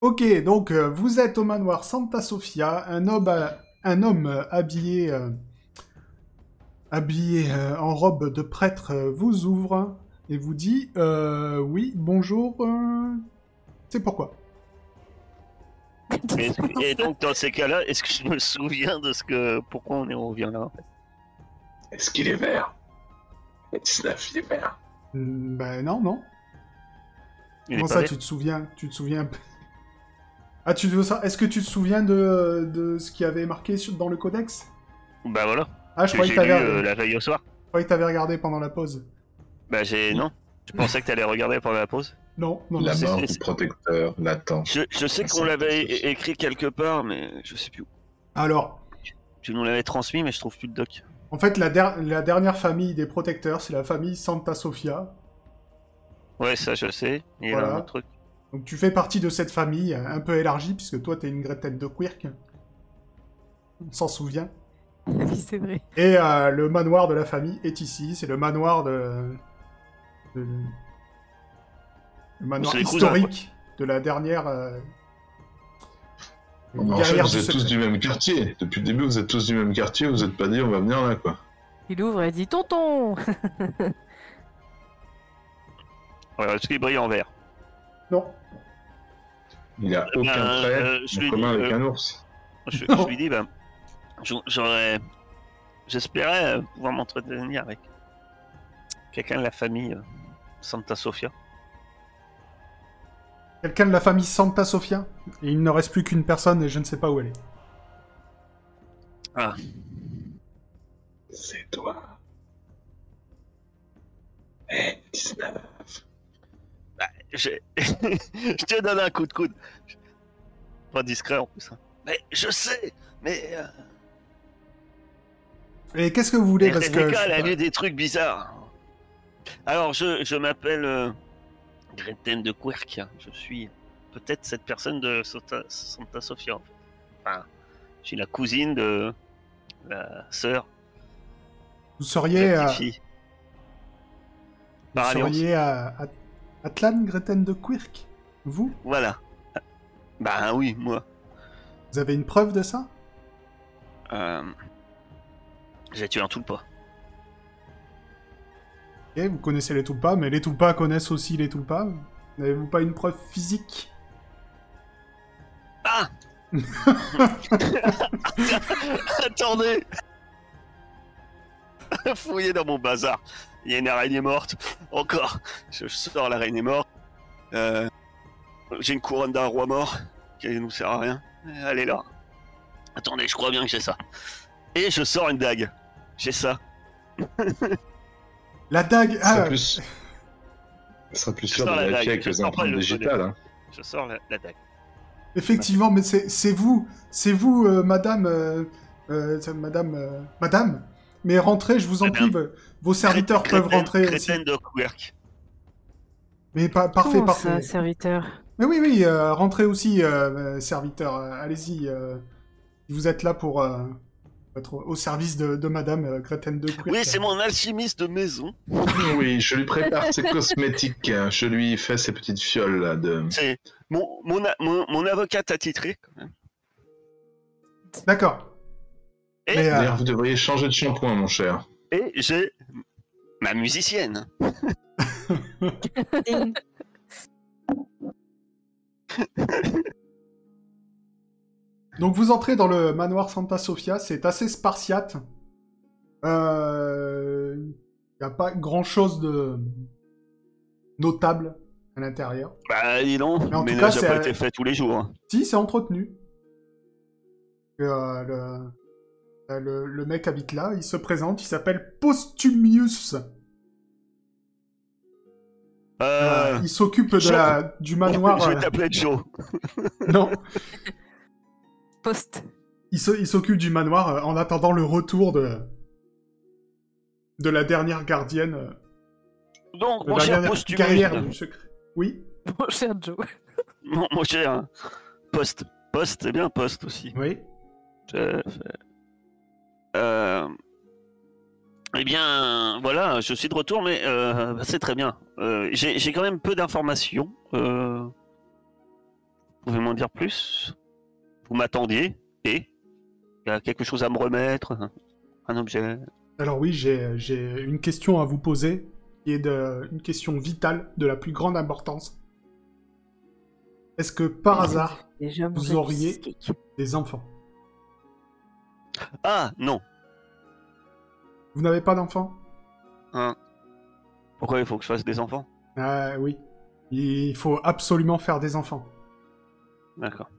Ok, donc euh, vous êtes au manoir Santa Sofia, un homme, à- un homme euh, habillé, euh, habillé euh, en robe de prêtre euh, vous ouvre et vous dit euh, Oui, bonjour, euh, c'est pourquoi Mais est-ce que- Et donc, dans ces cas-là, est-ce que je me souviens de ce que. Pourquoi on, est, on revient là en fait Est-ce qu'il est vert Le 19, il est vert. Hmm, Ben non, non. Il est Comment pas ça, vert tu te souviens Tu te souviens Ah, tu veux ça Est-ce que tu te souviens de, de ce qui avait marqué sur- dans le codex Bah voilà. Ah, je que croyais J'ai que lu t'avais euh, la veille au soir. je croyais que t'avais regardé pendant la pause. Bah j'ai. Non. Je pensais que t'allais regarder pendant la pause. Non, non, La non. c'est- mort c'est- du protecteur l'attend. Je, je sais Ah, qu'on ça, l'avait c'est- é- écrit quelque part, mais je sais plus où. Alors, Tu nous l'avais transmis, mais je trouve plus de doc. En fait, la, der- la dernière famille des protecteurs, c'est la famille Santa Sofia. Ouais, ça je sais. Il y a Voilà. un autre truc. Donc tu fais partie de cette famille, euh, un peu élargie, puisque toi, t'es une Gretel de Quirk. On s'en souvient. Oui, c'est vrai. Et euh, le manoir de la famille est ici. C'est le manoir de... de- Le manoir C'est les cousins, historique de la dernière... euh, Bon, bah, en fait, guerrière vous du êtes tous secret. du même quartier. Depuis le début, vous êtes tous du même quartier. Vous êtes pas dit, on va venir là, quoi. Il ouvre et dit Tonton Ouais, est-ce qu'il brille en vert Non. Il n'y a aucun Ben, trait euh, je en lui commun dis, avec euh, un ours. Je, Non. je lui dis, bah. j'en- J'aurais. J'espérais euh, pouvoir m'entretenir avec quelqu'un de la famille euh, Santa Sofia. Quelqu'un de la famille Santa Sofia. Et il ne reste plus qu'une personne et je ne sais pas où elle est. C'est toi. Eh, 19. Je... je te donne un coup de coude. Pas discret en plus. hein. Mais je sais, mais euh, Et qu'est-ce que vous voulez parce que... Rebecca, elle a lu des trucs bizarres. Alors, je, je m'appelle euh, Greten de Quirk. Je suis peut-être cette personne de Sota- Santa Sofia. en fait. Enfin, je suis la cousine de la sœur Vous de seriez... la euh, petite fille. Par Vous Bah, alliance. seriez à, à- Atlan Greten de Quirk Vous Voilà. Bah oui, moi. Vous avez une preuve de ça Euh, J'ai tué un tout le pas. Ok, vous connaissez les Tulpas, mais les Tulpas connaissent aussi les Tulpas. N'avez-vous pas une preuve physique Ah Attendez Fouillez dans mon bazar. Il y a une araignée morte. Encore. Je sors l'araignée morte. Euh, J'ai une couronne d'un roi mort qui ne nous sert à rien. Mais Elle est là. Attendez, je crois bien que j'ai ça. Et je sors une dague. J'ai ça. La dague Ce Ah serait plus... ce serait plus Je sûr de sors la vérifier dague, avec je les sors pas empreintes le digitales. hein. Je sors la, la dague. Effectivement, mais c'est c'est vous C'est vous, euh, madame... euh, euh, c'est madame... euh, madame Mais rentrez, je vous en Madame. prie, v- vos serviteurs peuvent Crétin- rentrer aussi. crétin de Quirk. Mais pas parfait, Comment parfait. ça, serviteur Mais oui, oui, euh, rentrez aussi, euh, euh, serviteur. euh, Allez-y. euh, vous êtes là pour euh, être au au service de, de Madame euh, Gretchen de Quirk. Oui, c'est mon alchimiste de maison. Oui, je lui prépare ses cosmétiques. hein. Je lui fais ses petites fioles là, de. C'est mon, mon, a- mon, mon avocate attitrée. quand même. D'accord. Et- Mais, euh, D'ailleurs, vous devriez changer de shampoing, mon cher. Et j'ai ma musicienne. donc vous entrez dans le manoir Santa Sofia. C'est assez spartiate. Il n'y a pas grand-chose de notable à l'intérieur. Bah dis donc, Mais en tout mais cas, n'a c'est pas un- été fait tous les jours. hein. Si, c'est entretenu. Euh, le... euh, le- le mec habite là, il se présente, il s'appelle Postumius. Euh, Euh, il s'occupe de Joe. la... du manoir. je euh, vais t'appeler Joe. Non, Poste. il se- il s'occupe du manoir euh, en attendant le retour de de la dernière gardienne, euh, Donc, de mon la cher dernière guerrière postumium, du secret. Oui, Mon cher Joe. mon, mon cher hein. poste, poste, c'est bien poste aussi. oui. Euh, euh, eh bien, voilà, je suis de retour, mais euh, bah, c'est très bien. Euh, J'ai j'ai quand même peu d'informations. euh, Vous pouvez m'en dire plus Vous m'attendiez et il y a quelque chose à me remettre, un- un objet. Alors oui, j'ai j'ai une question à vous poser, qui est de- une question vitale de la plus grande importance. Est-ce que par hasard, Déjà, Vous vrai auriez- cheesecake. des enfants Ah non. Vous n'avez pas d'enfants Pourquoi il faut que je fasse des enfants Ah oui. Il faut absolument faire des enfants. D'accord.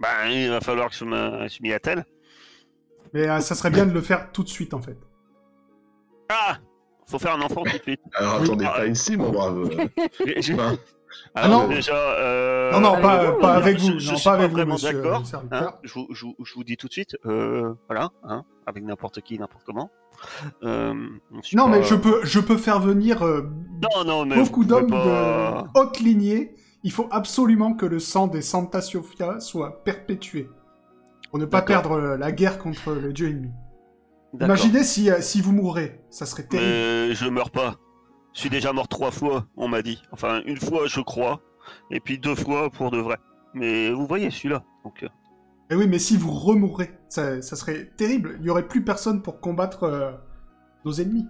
Ben, il va falloir que je me- je m'y attelle. Mais euh, ça serait bien de le faire tout de suite en fait. Ah Faut faire un enfant tout de suite. Alors Oui. attendez, bah, pas ici, mon brave. J'ai- j'ai- Enfin, Alors, Ah non. déjà, euh, non, non, avec pas, vous, pas non, avec je- vous. je non, suis pas pas avec vous, vraiment monsieur Ah. le d'accord, serviteur. hein, je, vous- je vous- je vous dis tout de suite, euh, voilà, hein, avec n'importe qui, n'importe comment. Euh, suis non, mais pas- je peux, je peux faire venir euh, Euh, Non, non, mais beaucoup vous pouvez d'hommes pas- de haute lignée. Il faut absolument que le sang des Santa Sofia soit perpétué. Pour ne pas D'accord. perdre euh, la guerre contre le dieu ennemi. D'accord. Imaginez si, euh, si vous mourrez. Ça serait terrible. Mais je meurs pas. Je suis déjà mort trois fois, on m'a dit. Enfin, une fois, je crois, et puis deux fois pour de vrai. Mais vous voyez, celui-là. Donc, euh, Et Eh oui, mais si vous remourrez, ça, ça serait terrible. Il n'y aurait plus personne pour combattre euh, nos ennemis.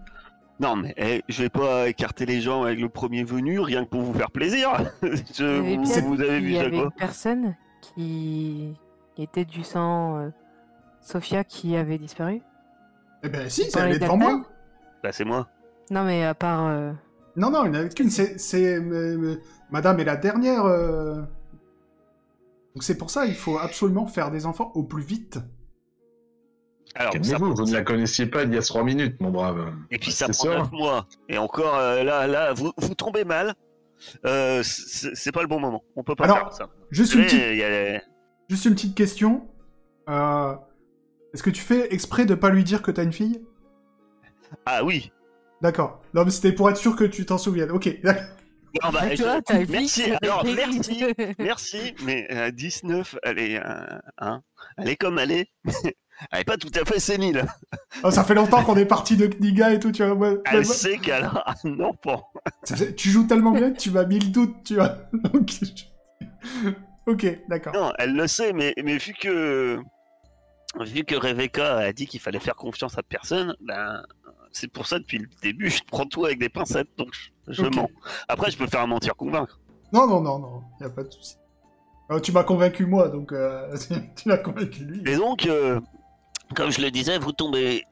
Non, mais eh, je vais pas écarter les gens avec le premier venu, rien que pour vous faire plaisir. Je- Vous avez Euh, vous, bien vous dit avez qu'il vu y ça, avait quoi une personne qui qui était du sang euh, Sophia qui avait disparu. Eh ben si, Vous ça parlez allait devant d'Alban moi. Bah, c'est moi. Non mais à part euh, Non, non, il n'y en avait qu'une. C'est, c'est, euh, euh, Madame est la dernière. euh. Donc c'est pour ça, il faut absolument faire des enfants au plus vite. Alors, ça Calmez-vous, vous ne la connaissiez pas il y a trois minutes, mon brave. Et puis ça C'est prend ça. 9 mois. Et encore, euh, là, là, vous, vous tombez mal. Euh, c'est c'est pas le bon moment. On peut pas Alors, faire ça. Juste une Mais, petite, il y a les- juste une petite question. Euh, est-ce que tu fais exprès de pas lui dire que t'as une fille Ah oui. D'accord. Non, mais c'était pour être sûr que tu t'en souviennes. Ok, d'accord. Non, bah, bah, tu je- vois, t'as le Merci, fils, alors, t'as le merci. fils. Merci, mais euh, 19, elle est, euh, hein, elle est comme elle est. elle est pas tout à fait sénile. Ah, ça fait longtemps qu'on est parti de Kniga et tout. Tu, vois, moi- moi- Elle sait qu'elle a un enfant. ça fait- tu joues tellement bien que tu m'as mis le doute, tu vois. Donc, je- ok, d'accord. Non, elle le sait, mais, mais vu que vu que Rebecca a dit qu'il fallait faire confiance à personne, ben c'est pour ça depuis le début, je prends tout avec des pincettes, donc je, je Ok. mens. Après, je peux faire un mentir convaincre. Non, non, non, non, y a pas de souci. Euh, tu m'as convaincu moi, donc euh, tu l'as convaincu lui. Et donc, euh, comme je le disais, vous tombez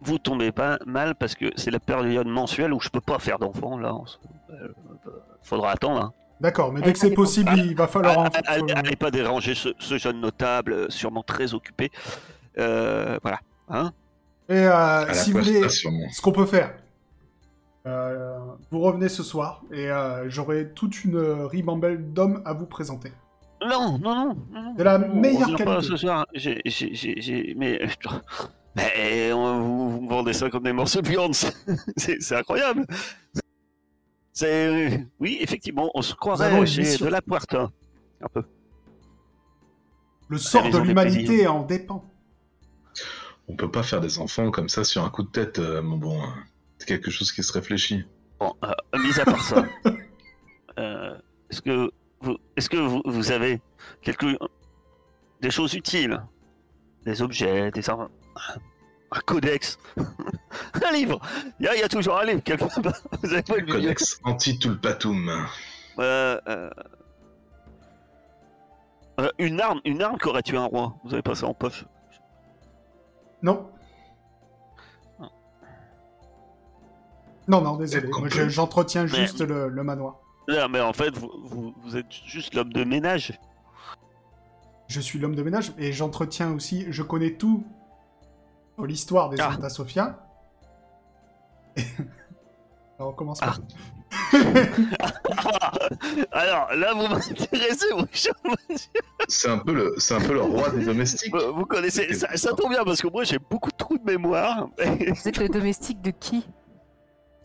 vous tombez pas mal parce que c'est la période mensuelle où je peux pas faire d'enfant là. en ce- euh, euh, faudra attendre. hein. Ah, D'accord, mais Elle dès que c'est dépend. possible, il va falloir en Elle- elle- faut- elle n'est pas dérangée, ce, ce jeune notable, euh, sûrement très occupé. Euh, voilà. Hein Et euh, À la si vous voulez, poste, sûrement. ce qu'on peut faire, euh, vous revenez ce soir et euh, j'aurai toute une euh, ribambelle d'hommes à vous présenter. Non, non, non, non, non. De la On meilleure revient pas qualité. ce soir. J'ai, j'ai, j'ai, j'ai- mais, mais on- vous, vous me vendez ça comme des morceaux de viande. c'est, c'est incroyable. C'est, oui, effectivement, on se avons croirait une chez mission. de la Puerta. Un peu. Le sort Bah, les de gens des l'humanité pays. en dépend. On peut pas faire des enfants comme ça sur un coup de tête, euh, mon bon. euh, C'est quelque chose qui se réfléchit. Bon, euh, mis à part ça, euh, est-ce que vous, est-ce que vous, vous avez quelque, des choses utiles, des objets, des armes, un codex, un livre. Il y, a- il y a toujours un livre quelque part. Vous avez pas une bibliothèque. Codex anti-tulpatum. Euh, euh, euh, une arme, une arme qui aurait tué un roi. Vous avez pas ça en poche. Non Non. Non, non, désolé, Est-ce qu'on moi, peut- je- j'entretiens Mais- juste le, le manoir. Non, mais en fait, vous, vous, vous êtes juste l'homme de ménage. Je suis l'homme de ménage et j'entretiens aussi, je connais tout sur l'histoire des Ah. Santa Sofia. Alors, on commence pas. Ah Alors là, vous m'intéressez, vous, C'est un peu le, c'est un peu le roi des domestiques. Vous vous connaissez, ça, ça tombe bien parce que moi j'ai beaucoup de trous de mémoire. Vous êtes le domestique de qui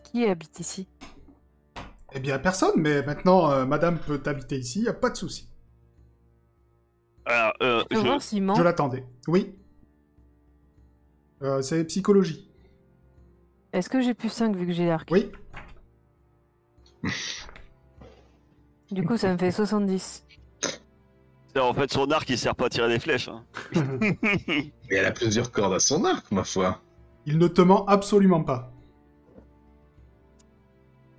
Qui habite ici Eh bien, personne, mais maintenant, euh, madame peut habiter ici, y a pas de souci. Alors, euh, Je veux je- voir s'il ment. Je l'attendais. Oui. Euh, c'est psychologie. Est-ce que j'ai plus 5 vu que j'ai l'arc Oui. Du coup, ça me fait 70. C'est- En fait, son arc, il sert pas à tirer des flèches. hein. Mais elle a plusieurs cordes à son arc, ma foi. Il ne te ment absolument pas.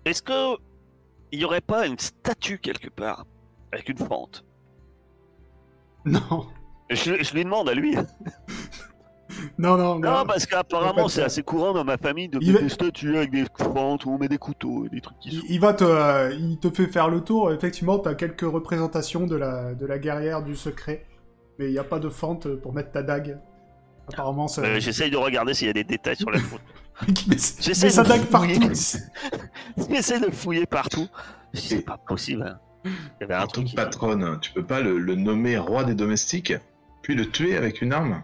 Est-ce que il y aurait pas une statue quelque part avec une fente Non, je, je lui demande à lui. non, non. Non, non. parce y a pas qu'apparemment de c'est ça. assez courant dans ma famille de Il mettre est- des statues avec des fentes où on met des couteaux et des trucs qui Il, s'ouvrent. il va te, euh, il te fait faire le tour. Effectivement, t'as quelques représentations de la, de la guerrière du secret, mais il n'y a pas de fente pour mettre ta dague. Apparemment, ça. Euh, J'essaye de regarder s'il y a des détails sur la photo. mais c'est- J'essaie mais ça de dague fouiller. partout. J'essaie de fouiller partout. C'est pas possible. hein. Il y avait un En tant truc. que qui- patronne, tu peux pas le, le nommer roi des domestiques, puis le tuer avec une arme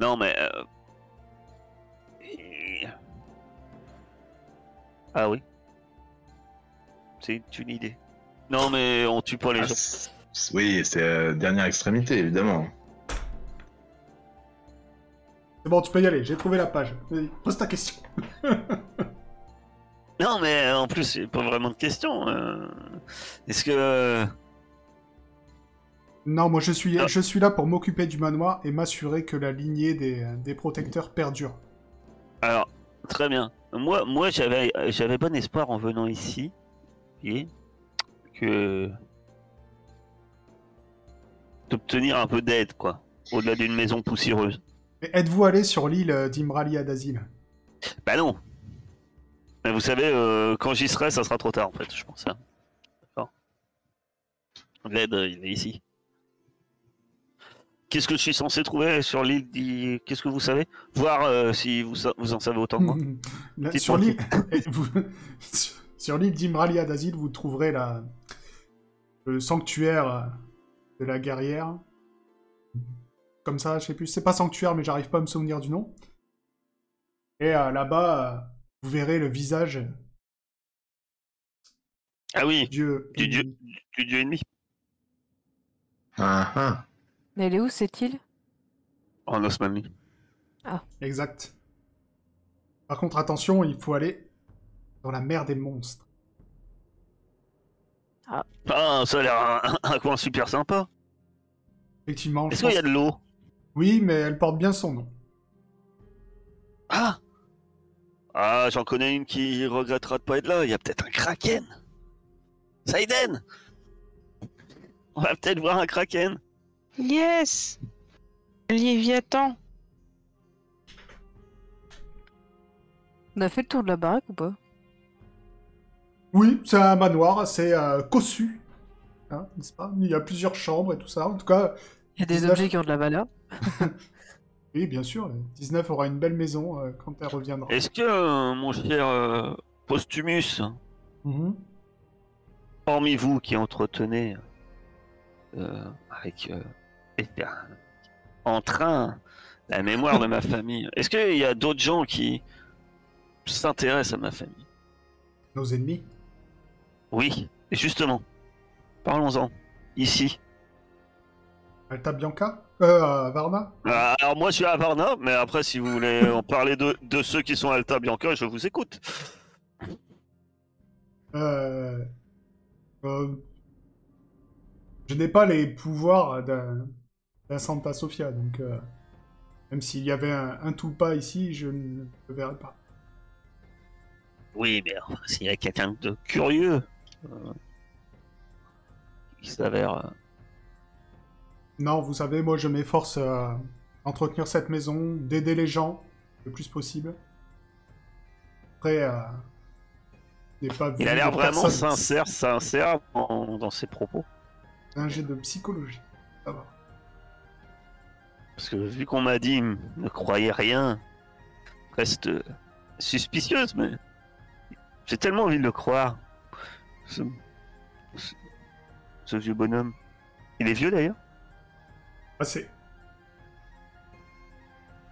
Non, mais. euh, et- Ah oui. C'est une idée. Non, mais on tue pas les Ah, gens. c'est- Oui, c'est euh, dernière extrémité, évidemment. C'est bon, tu peux y aller. J'ai trouvé la page. Vas-y, Pose ta question. Non, mais euh, en plus, j'ai pas vraiment de question. euh. Est-ce que. euh, Non, moi je suis, Ah. je suis là pour m'occuper du manoir et m'assurer que la lignée des, des protecteurs perdure. Alors, très bien. Moi, moi j'avais euh, j'avais bon espoir en venant ici. Et que. d'obtenir un peu d'aide, quoi. Au-delà d'une maison poussiéreuse. Mais êtes-vous allé sur l'île euh, d'Imralia d'Asile Bah non. Mais vous savez, euh, quand j'y serai, ça sera trop tard en fait, je pense. hein. D'accord. L'aide, euh, il est ici. Qu'est-ce que je suis censé trouver sur l'île d'I- Qu'est-ce que vous savez Voir euh, si vous, sa- vous en savez autant que Hmm. moi. Là, Petite sur l'île vous- sur- sur l'île d'Imralia d'Asile, vous trouverez la... le sanctuaire euh, de la guerrière. Comme ça, je sais plus. C'est pas sanctuaire, mais j'arrive pas à me souvenir du nom. Et euh, là-bas, euh, vous verrez le visage Ah oui, Dieu. du dieu, du dieu ennemi. Ah ah. Mais elle est où cette île En Osmanli. Exact. Par contre, attention, il faut aller dans la mer des monstres. Ah, ça a l'air un, un coin super sympa. Effectivement, je Est-ce qu'il y a pense- de l'eau oui, mais elle porte bien son nom. Ah Ah, j'en connais une qui regrettera de pas être là. Il y a peut-être un kraken. Saiden On va peut-être voir un kraken. Yes Léviathan On a fait le tour de la baraque ou pas Oui, c'est un manoir, c'est euh, cossu. Hein, n'est-ce pas Il y a plusieurs chambres et tout ça. En tout cas, Il y a des Neuf. objets qui ont de la valeur. oui, bien sûr, 19 aura une belle maison euh, quand elle reviendra. Est-ce que, euh, mon cher euh, Postumus, Mhm. hormis vous qui entretenez euh, avec euh, eh bien, en train la mémoire de ma famille, est-ce qu'il y a d'autres gens qui s'intéressent à ma famille Nos ennemis. Oui, et justement, parlons-en, ici. Alta Bianca Euh, Varna Euh, Alors moi je suis à Varna, mais après si vous voulez en parler de, de ceux qui sont à Alta Bianca, je vous écoute. Euh, euh, Je n'ai pas les pouvoirs d'un d'un Santa Sofia, donc euh, même s'il y avait un, un Tulpa ici, je ne le verrais pas. Oui, mais enfin, s'il y a quelqu'un de curieux, euh, il s'avère... euh, Non, vous savez, moi je m'efforce euh, d'entretenir cette maison, d'aider les gens le plus possible. Après, euh, je n'ai pas vu Il a l'air de vraiment personne. sincère, sincère en- dans ses propos. Un jet de psychologie. Ça va. Parce que vu qu'on m'a dit ne croyez rien, reste euh, suspicieuse, mais j'ai tellement envie de le croire. Ce, ce- ce vieux bonhomme. Il est vieux d'ailleurs. Passé.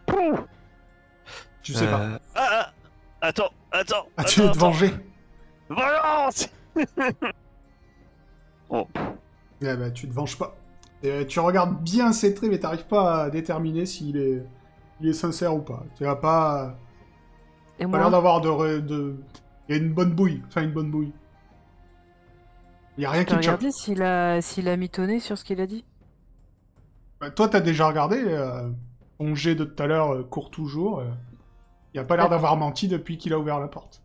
Pouh Tu sais pas. Euh, Ah, ah, Attends, attends. Ah, tu veux te attends, attends. venger Valence Eh ben, tu te venges pas. Et euh, tu regardes bien ses traits, mais t'arrives pas à déterminer s'il est... il est sincère ou pas. Tu as pas, Et pas l'air moi d'avoir de... re- de... Il y a une bonne bouille. Enfin, une bonne bouille. Il a rien T'as qui te choque. regardé s'il a, s'il a mitonné sur ce qu'il a dit Bah, toi, t'as déjà regardé. euh, ton jet de tout à l'heure euh, court toujours. euh, il a pas l'air d'avoir menti depuis qu'il a ouvert la porte.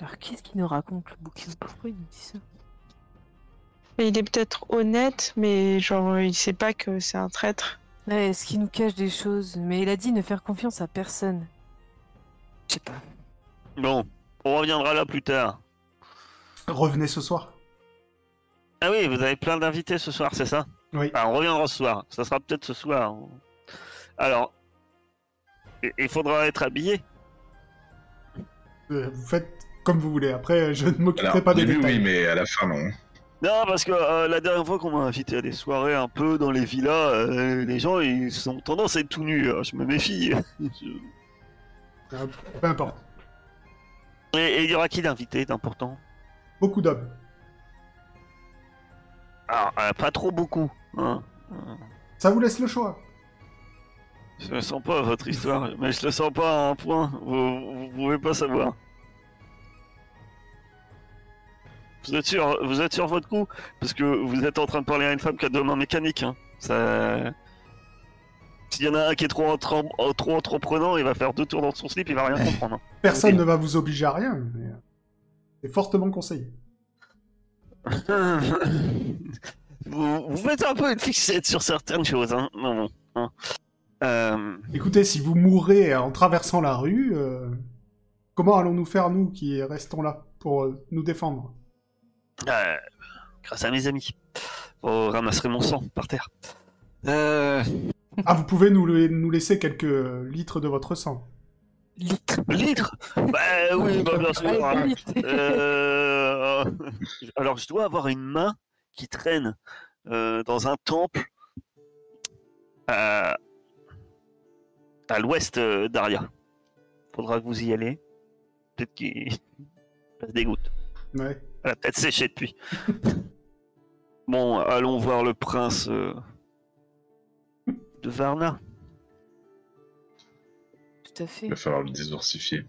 Alors qu'est-ce qu'il nous raconte le bouquin Pourquoi il nous dit ça Mais il est peut-être honnête, mais genre, il sait pas que c'est un traître. Ouais, Est-ce qu'il nous cache des choses Mais il a dit ne faire confiance à personne. Je sais pas. Bon, on reviendra là plus tard. Revenez ce soir. Ah oui, vous avez plein d'invités ce soir, c'est ça Oui. Ah, on reviendra ce soir. Ça sera peut-être ce soir. Alors, il- il faudra être habillé. Euh, vous faites comme vous voulez. Après, euh, je ne m'occuperai Alors, pas au des début, détails. oui, mais à la fin, non. Non, parce que euh, la dernière fois qu'on m'a invité à des soirées un peu dans les villas, euh, les gens ils ont tendance à être tout nus. hein. Je me méfie. Je- Euh, Peu importe. Et et il y aura qui d'invité d'important Beaucoup d'hommes. Alors, euh, pas trop beaucoup. hein. Ça vous laisse le choix. Je le sens pas votre histoire, mais je le sens pas à un point. Vous, vous pouvez pas savoir. Vous êtes sûr, vous êtes sur votre coup, parce que vous êtes en train de parler à une femme qui a deux mains mécaniques. hein. Ça, s'il y en a un qui est trop, entre- euh, trop entreprenant, il va faire deux tours dans son slip, il va rien comprendre. hein. Personne Ok. ne va vous obliger à rien. mais, euh, C'est fortement conseillé. vous, vous faites un peu une fixette sur certaines choses. Hein. Non, non, hein. Euh, Écoutez, si vous mourrez euh, en traversant la rue, euh, comment allons-nous faire, nous, qui restons là, pour euh, nous défendre Euh, grâce à mes amis. Oh, ramasserai mon sang par terre. Euh, Ah, vous pouvez nous, le- nous laisser quelques euh, litres de votre sang. Litre. litre Bah oui, bah, bien sûr. Allez, hein. litre. Euh, Alors, je dois avoir une main qui traîne euh, dans un temple à, à l'ouest euh, d'Aria. Faudra que vous y allez. Peut-être qu'il ça se dégoûte. Ouais. Elle a peut-être séché depuis. bon, allons voir le prince euh, de Varna. Tout à fait. Il va falloir le désourcifier.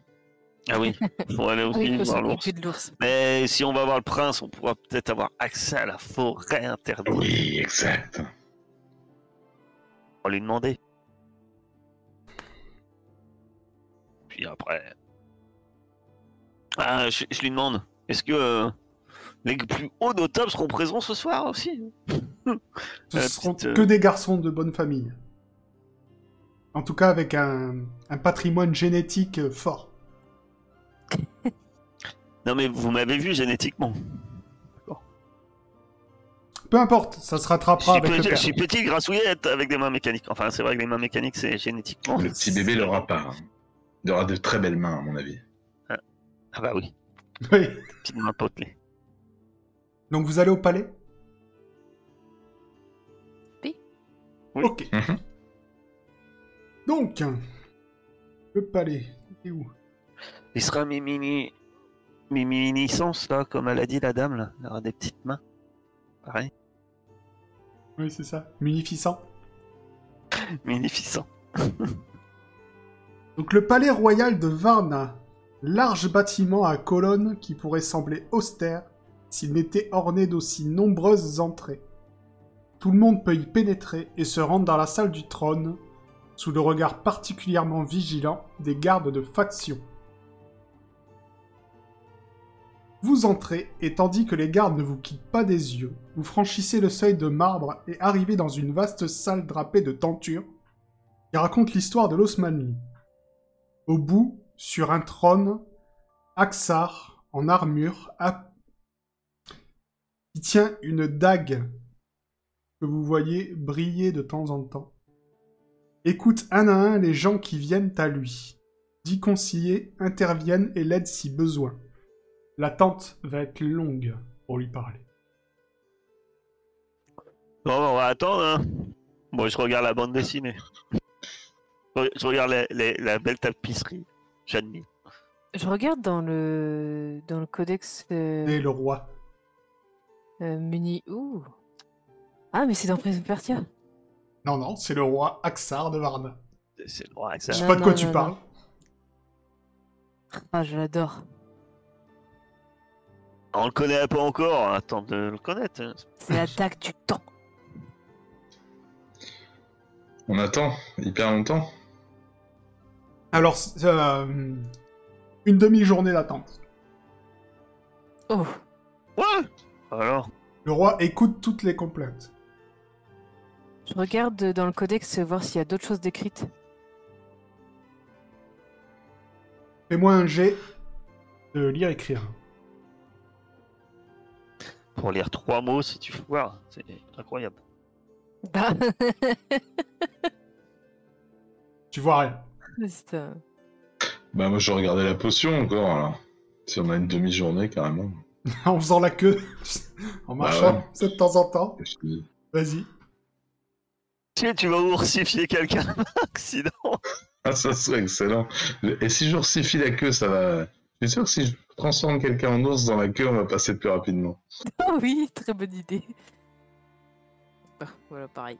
Ah oui, faut aller Avec aussi le voir l'ours. sacrifice de l'ours. Mais si on va voir le prince, on pourra peut-être avoir accès à la forêt interdite. Oui, exact. On va lui demander. Puis après. Ah, je, je lui demande, est-ce que euh, les plus hauts notables seront présents ce soir aussi Ce Euh, seront petite, euh, que des garçons de bonne famille. En tout cas, avec un, un patrimoine génétique euh, fort. Non, mais vous m'avez vu génétiquement. Peu importe, ça se rattrapera je, avec suis le petit, je père. suis petit, grassouillette, avec des mains mécaniques. Enfin, c'est vrai que les mains mécaniques, c'est génétiquement. Le petit bébé l'aura pas. hein. Il aura de très belles mains, à mon avis. Ah bah oui, Oui. petite main potelée. Donc vous allez au palais Oui. Oui. Ok. Mhm. Donc, le palais, c'est où Il sera mimini. Miminiscence, là, comme elle a dit la dame, là. Il aura des petites mains. Pareil. Oui, c'est ça. Munificent. Minificent. Donc le palais royal de Varna, large bâtiment à colonnes qui pourrait sembler austère s'il n'était orné d'aussi nombreuses entrées. Tout le monde peut y pénétrer et se rendre dans la salle du trône, sous le regard particulièrement vigilant des gardes de faction. Vous entrez, et tandis que les gardes ne vous quittent pas des yeux, vous franchissez le seuil de marbre et arrivez dans une vaste salle drapée de tentures qui raconte l'histoire de l'Osmanli. Au bout, sur un trône, Aksar, en armure, a- qui tient une dague que vous voyez briller de temps en temps. Écoute un à un les gens qui viennent à lui. Dix conseillers interviennent et l'aident si besoin. L'attente va être longue pour lui parler. Bon, on va attendre, hein. Bon, je regarde la bande dessinée. Je je regarde la, la- la belle tapisserie. J'admire. Je regarde dans le dans le codex euh, Et le roi. euh, muni. Ouh. Ah mais c'est dans Prison Pertia. Non, non, c'est le roi Aksar de Varna. C'est le droit avec ça. Je sais Non, pas de quoi non, tu non, parles. Ah je l'adore. On le connaît pas encore, attends de le connaître. hein. C'est l'attaque du temps. On attend hyper longtemps. Alors, c'est, euh, une demi-journée d'attente. Oh, Ouais Alors Le roi écoute toutes les complaintes. je regarde dans le codex euh, voir s'il y a d'autres choses décrites. Fais-moi un jet de lire-écrire. Pour lire trois mots, si tu foires, c'est incroyable. Bah, Tu vois rien. c'est, euh, Bah moi je regardais la potion encore alors. Si on a une demi-journée carrément. en faisant la queue, en Bah marchant, ouais. c'est de temps en temps. Je te dis. Vas-y. Tu, tu vas oursifier quelqu'un par accident Ah ça serait excellent. Et si j'orsifie la queue, ça va. Je suis sûr que si je transforme quelqu'un en ours dans la queue, on va passer plus rapidement. Ah oui, très bonne idée. Bah, voilà, pareil.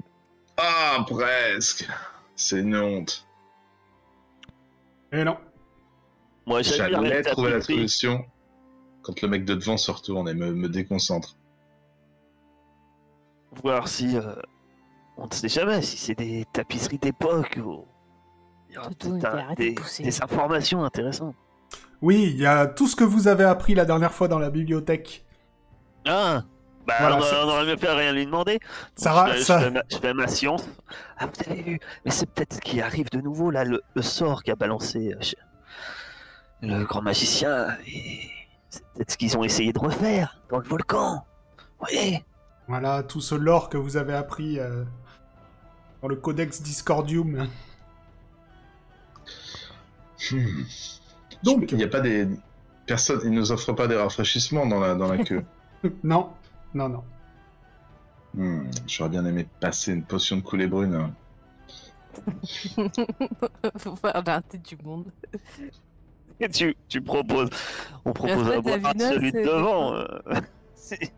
Ah presque C'est une honte. Et Eh non. Moi j'admire J'allais ta trouver la pétrie. solution quand le mec de devant se retourne et me, me déconcentre. voir si euh, on ne sait jamais si c'est des tapisseries d'époque ou il y aura Toto, peut-être t'as un- arrêté de des, pousser. des informations intéressantes. Oui, il y a tout ce que vous avez appris la dernière fois dans la bibliothèque. Ah bah Voilà, on, c'est- on aurait mieux fait à rien lui demander. Sarah, je, fais, je ça- fais ma, je fais ma science. Ah vous avez vu Mais c'est peut-être ce qui arrive de nouveau là le, le sort qu'a balancé euh, chez- le grand magicien. et C'est peut-être ce qu'ils ont essayé de refaire dans le volcan. Oui. Voilà, tout ce lore que vous avez appris euh, dans le Codex Discordium. Hmm. Donc, Il n'y a pas des. Personne, il nous offre pas des rafraîchissements dans la, dans la queue. non, non, non. Hmm, J'aurais bien aimé passer une potion de coulée brune. hein. Faut faire l'arrêté du monde. Et tu, tu proposes on propose Fred un boire à Davina, celui de c'est- devant. euh, c'est-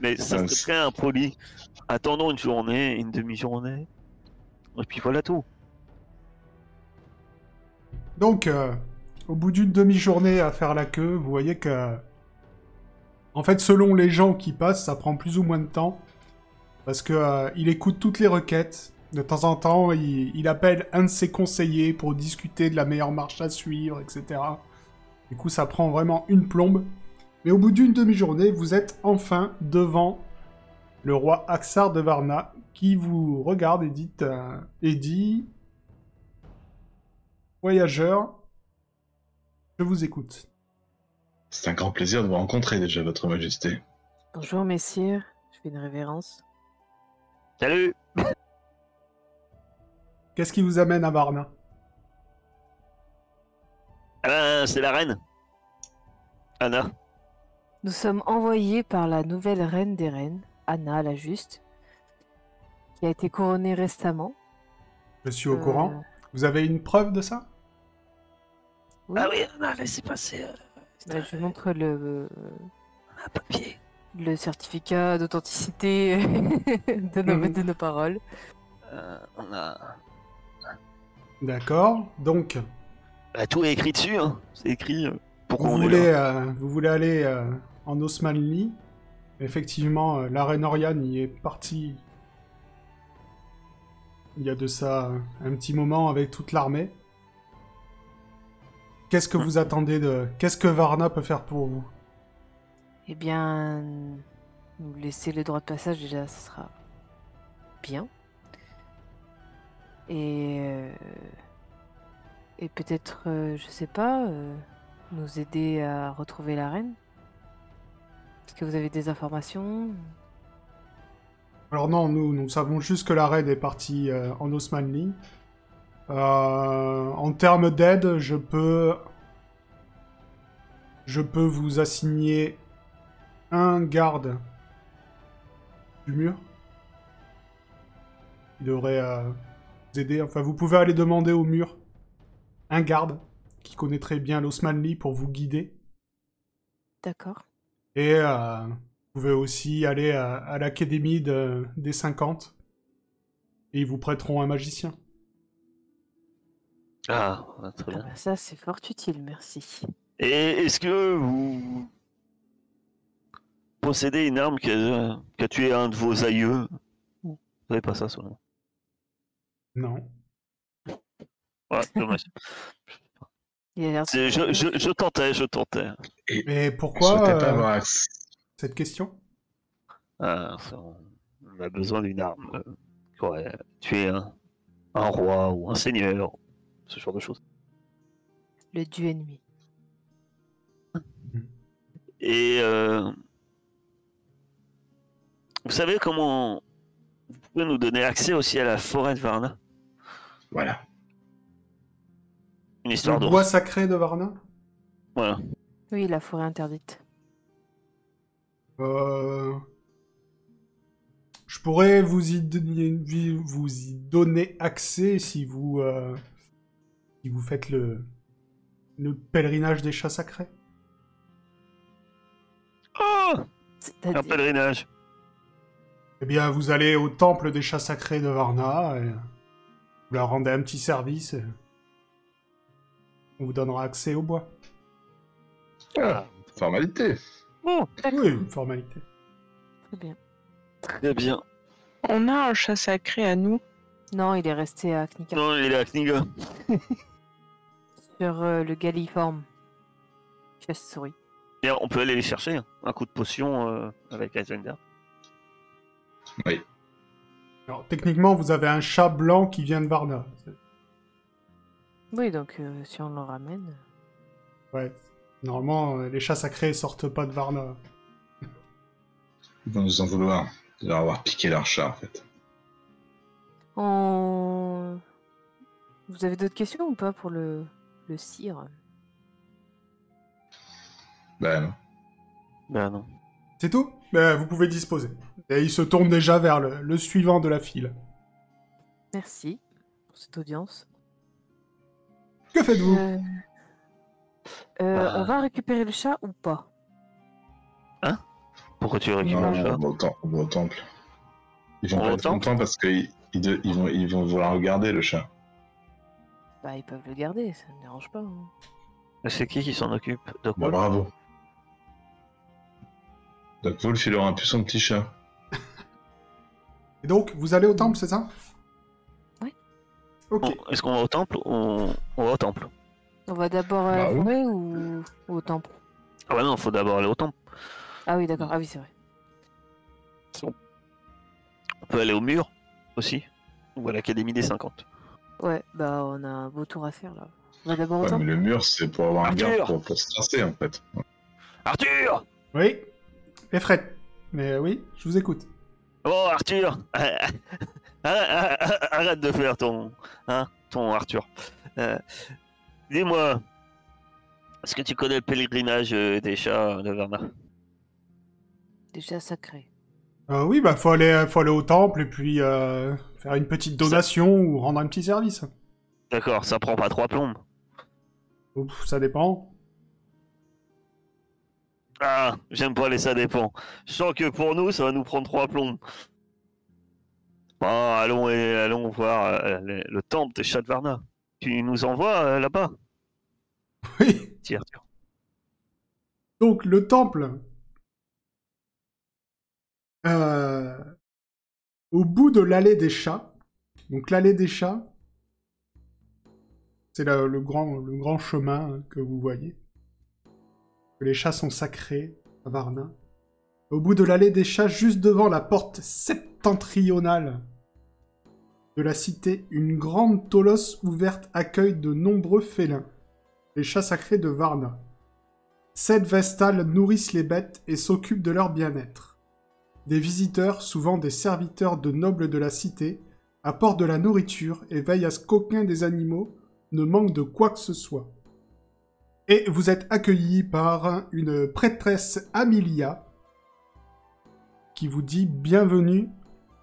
Mais ça serait Ouais, c'est- très impoli. Attendons une journée, une demi-journée. Et puis voilà tout. Donc, euh, au bout d'une demi-journée à faire la queue, vous voyez que. En fait, selon les gens qui passent, ça prend plus ou moins de temps. Parce que euh, il écoute toutes les requêtes. De temps en temps, il, il appelle un de ses conseillers pour discuter de la meilleure marche à suivre, etc. Du coup, ça prend vraiment une plombe. Mais au bout d'une demi-journée, vous êtes enfin devant le roi Axar de Varna qui vous regarde et dit, euh, et dit Voyageur, je vous écoute. C'est un grand plaisir de vous rencontrer déjà, Votre Majesté. Bonjour, messieurs. Je fais une révérence. Salut Qu'est-ce qui vous amène à Varna Ah ben, c'est la reine Anna. Nous sommes envoyés par la nouvelle reine des reines, Anna la Juste, qui a été couronnée récemment. Je suis au Euh, courant. Vous avez une preuve de ça Oui. Ah oui, Anna, laissez passer euh, bah, je vous montre le, un papier. le certificat d'authenticité de, nos, Mhm. de nos paroles. Euh, on a... D'accord. Donc, Bah, tout est écrit dessus, hein. C'est écrit euh, pourquoi vous on voulez, est là. euh, vous voulez aller euh, en Osmanli. Effectivement, euh, la reine Oriane y est partie il y a de ça euh, un petit moment avec toute l'armée. Qu'est-ce que Hmm. vous attendez de... Qu'est-ce que Varna peut faire pour vous Eh bien, nous laisser le droit de passage déjà, ce sera bien. Et euh, et peut-être, euh, je sais pas, euh, nous aider à retrouver la reine. Est-ce que vous avez des informations Alors non, nous, nous savons juste que la raid est partie euh, en Osmanli. Euh, en termes d'aide, je peux... Je peux vous assigner un garde du mur. Il devrait euh, vous aider. Enfin, vous pouvez aller demander au mur un garde qui connaît très bien l'Osmanli pour vous guider. D'accord. Ah Et euh, vous pouvez aussi aller à, à l'académie de- des 50. Et ils vous prêteront un magicien. Ah, très bien. Ah bah ça, c'est fort utile, merci. Et est-ce que vous possédez une arme qui a, qui a tué un de vos aïeux Vous savez pas ça, son nom. Non. Ouais, dommage. Il a l'air euh, C'est- de- Je, je- je tentais, je tentais. Mais Je souhaitais pourquoi pas euh, avoir accès. cette question Ah, ça, on a besoin d'une arme euh, qui aurait tué un, un roi ou un seigneur, ce genre de choses. le dieu ennemi. Et euh, vous savez comment vous pouvez nous donner accès aussi à la forêt de Varna Voilà. Une Le histoire bois d'ours. sacré de Varna Voilà. Oui, la forêt interdite. Euh, Je pourrais vous y, donner- vous y donner accès si vous, euh, si vous faites le... le pèlerinage des chats sacrés. Oh Un C'est-à-dire- pèlerinage. Eh bien, vous allez au temple des chats sacrés de Varna et vous leur rendez un petit service. et On vous donnera accès au bois. Ah, formalité. Bon, D'accord, Oui, une formalité. très bien. très bien. On a un chat sacré à nous. Non, il est resté à Knika. Non, euh, il est à Kniga. Sur euh, le galliforme. Chasse-souris. Et on peut aller les chercher. hein. Un coup de potion euh, avec Eisenberg. Alors, techniquement, vous avez un chat blanc qui vient de Varna. Oui, donc euh, si on le ramène. Ouais. Normalement, euh, les chats sacrés sortent pas de Varna. Ils vont nous en vouloir de leur avoir piqué leur chat, en fait. On... Vous avez d'autres questions ou pas pour le, le cire Ben non. Ben non. C'est tout Ben, Vous pouvez disposer. Et il se tourne déjà vers le, le suivant de la file. Merci pour cette audience. Que faites-vous Euh, euh, On Ah. va récupérer le chat ou pas Pourquoi tu Non, récupères le on chat va au tem- on va au temple. Ils On vont va pas au être temple contents parce qu'ils ils de- ils vont, ils vont vouloir regarder le chat. Bah, ils peuvent le garder, ça ne dérange pas. hein. C'est qui qui s'en occupe De Bah, quoi bravo. Donc Wolf, il aura plus son petit chat. Et donc, vous allez au temple, c'est ça Ouais. Ok. On- Est-ce qu'on va au temple ou on... on va au temple On va d'abord à Bah la oui. forêt ou... ou au temple Ah bah non, faut d'abord aller au temple. Ah oui, Mm. d'accord. Ah oui, c'est vrai. On peut aller au mur aussi. Ou à l'académie des 50. Ouais, bah on a un beau tour à faire là. On va d'abord au Ouais, mais temple le mur, c'est pour avoir un garde Arthur pour, pour se tracer, en fait. Arthur Oui. Et Fred Mais euh, oui, je vous écoute. Oh Arthur Ah, ah, ah, Arrête de faire ton. Hein, ton Arthur. Euh, Dis-moi. Est-ce que tu connais le pèlerinage euh, des chats de Verna déjà sacré. Euh, oui, bah faut aller, faut aller au temple et puis euh, faire une petite donation ou rendre un petit service. D'accord, ça prend pas trois plombes. Ouf, ça dépend. Ah, j'aime pas les ça dépend. Je sens que pour nous, ça va nous prendre trois plombes. Bon, allons, et, allons voir euh, le, le temple des chats de Varna. Tu nous envoies euh, là-bas, Oui. petit Arthur. Donc le temple. Euh, au bout de l'allée des chats. Donc l'allée des chats. C'est la- le, grand, le grand chemin hein, que vous voyez. Que les chats sont sacrés à Varna. Au bout de l'allée des chats, juste devant la porte septentrionale de la cité, une grande tolosse ouverte accueille de nombreux félins. Les chats sacrés de Varna. Sept vestales nourrissent les bêtes et s'occupent de leur bien-être. Des visiteurs, souvent des serviteurs de nobles de la cité, apportent de la nourriture et veillent à ce qu'aucun des animaux ne manque de quoi que ce soit. Et vous êtes accueillis par une prêtresse Amelia qui vous dit bienvenue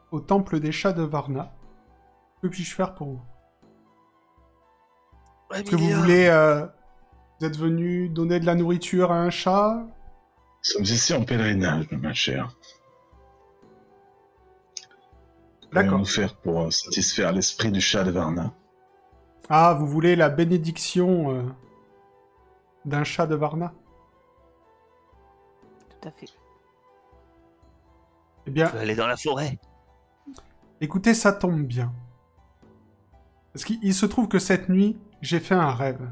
au temple des chats de Varna. Que puis-je faire pour vous Est-ce que vous voulez... euh, vous êtes venu donner de la nourriture à un chat Nous sommes ici en pèlerinage, ma chère. D'accord. Comment faire pour euh, satisfaire l'esprit du chat de Varna Ah, vous voulez la bénédiction euh, d'un chat de Varna. Tout à fait. Eh Ah. bien, On peut aller dans la forêt. Écoutez, ça tombe bien. Parce qu'il il se trouve que cette nuit, j'ai fait un rêve.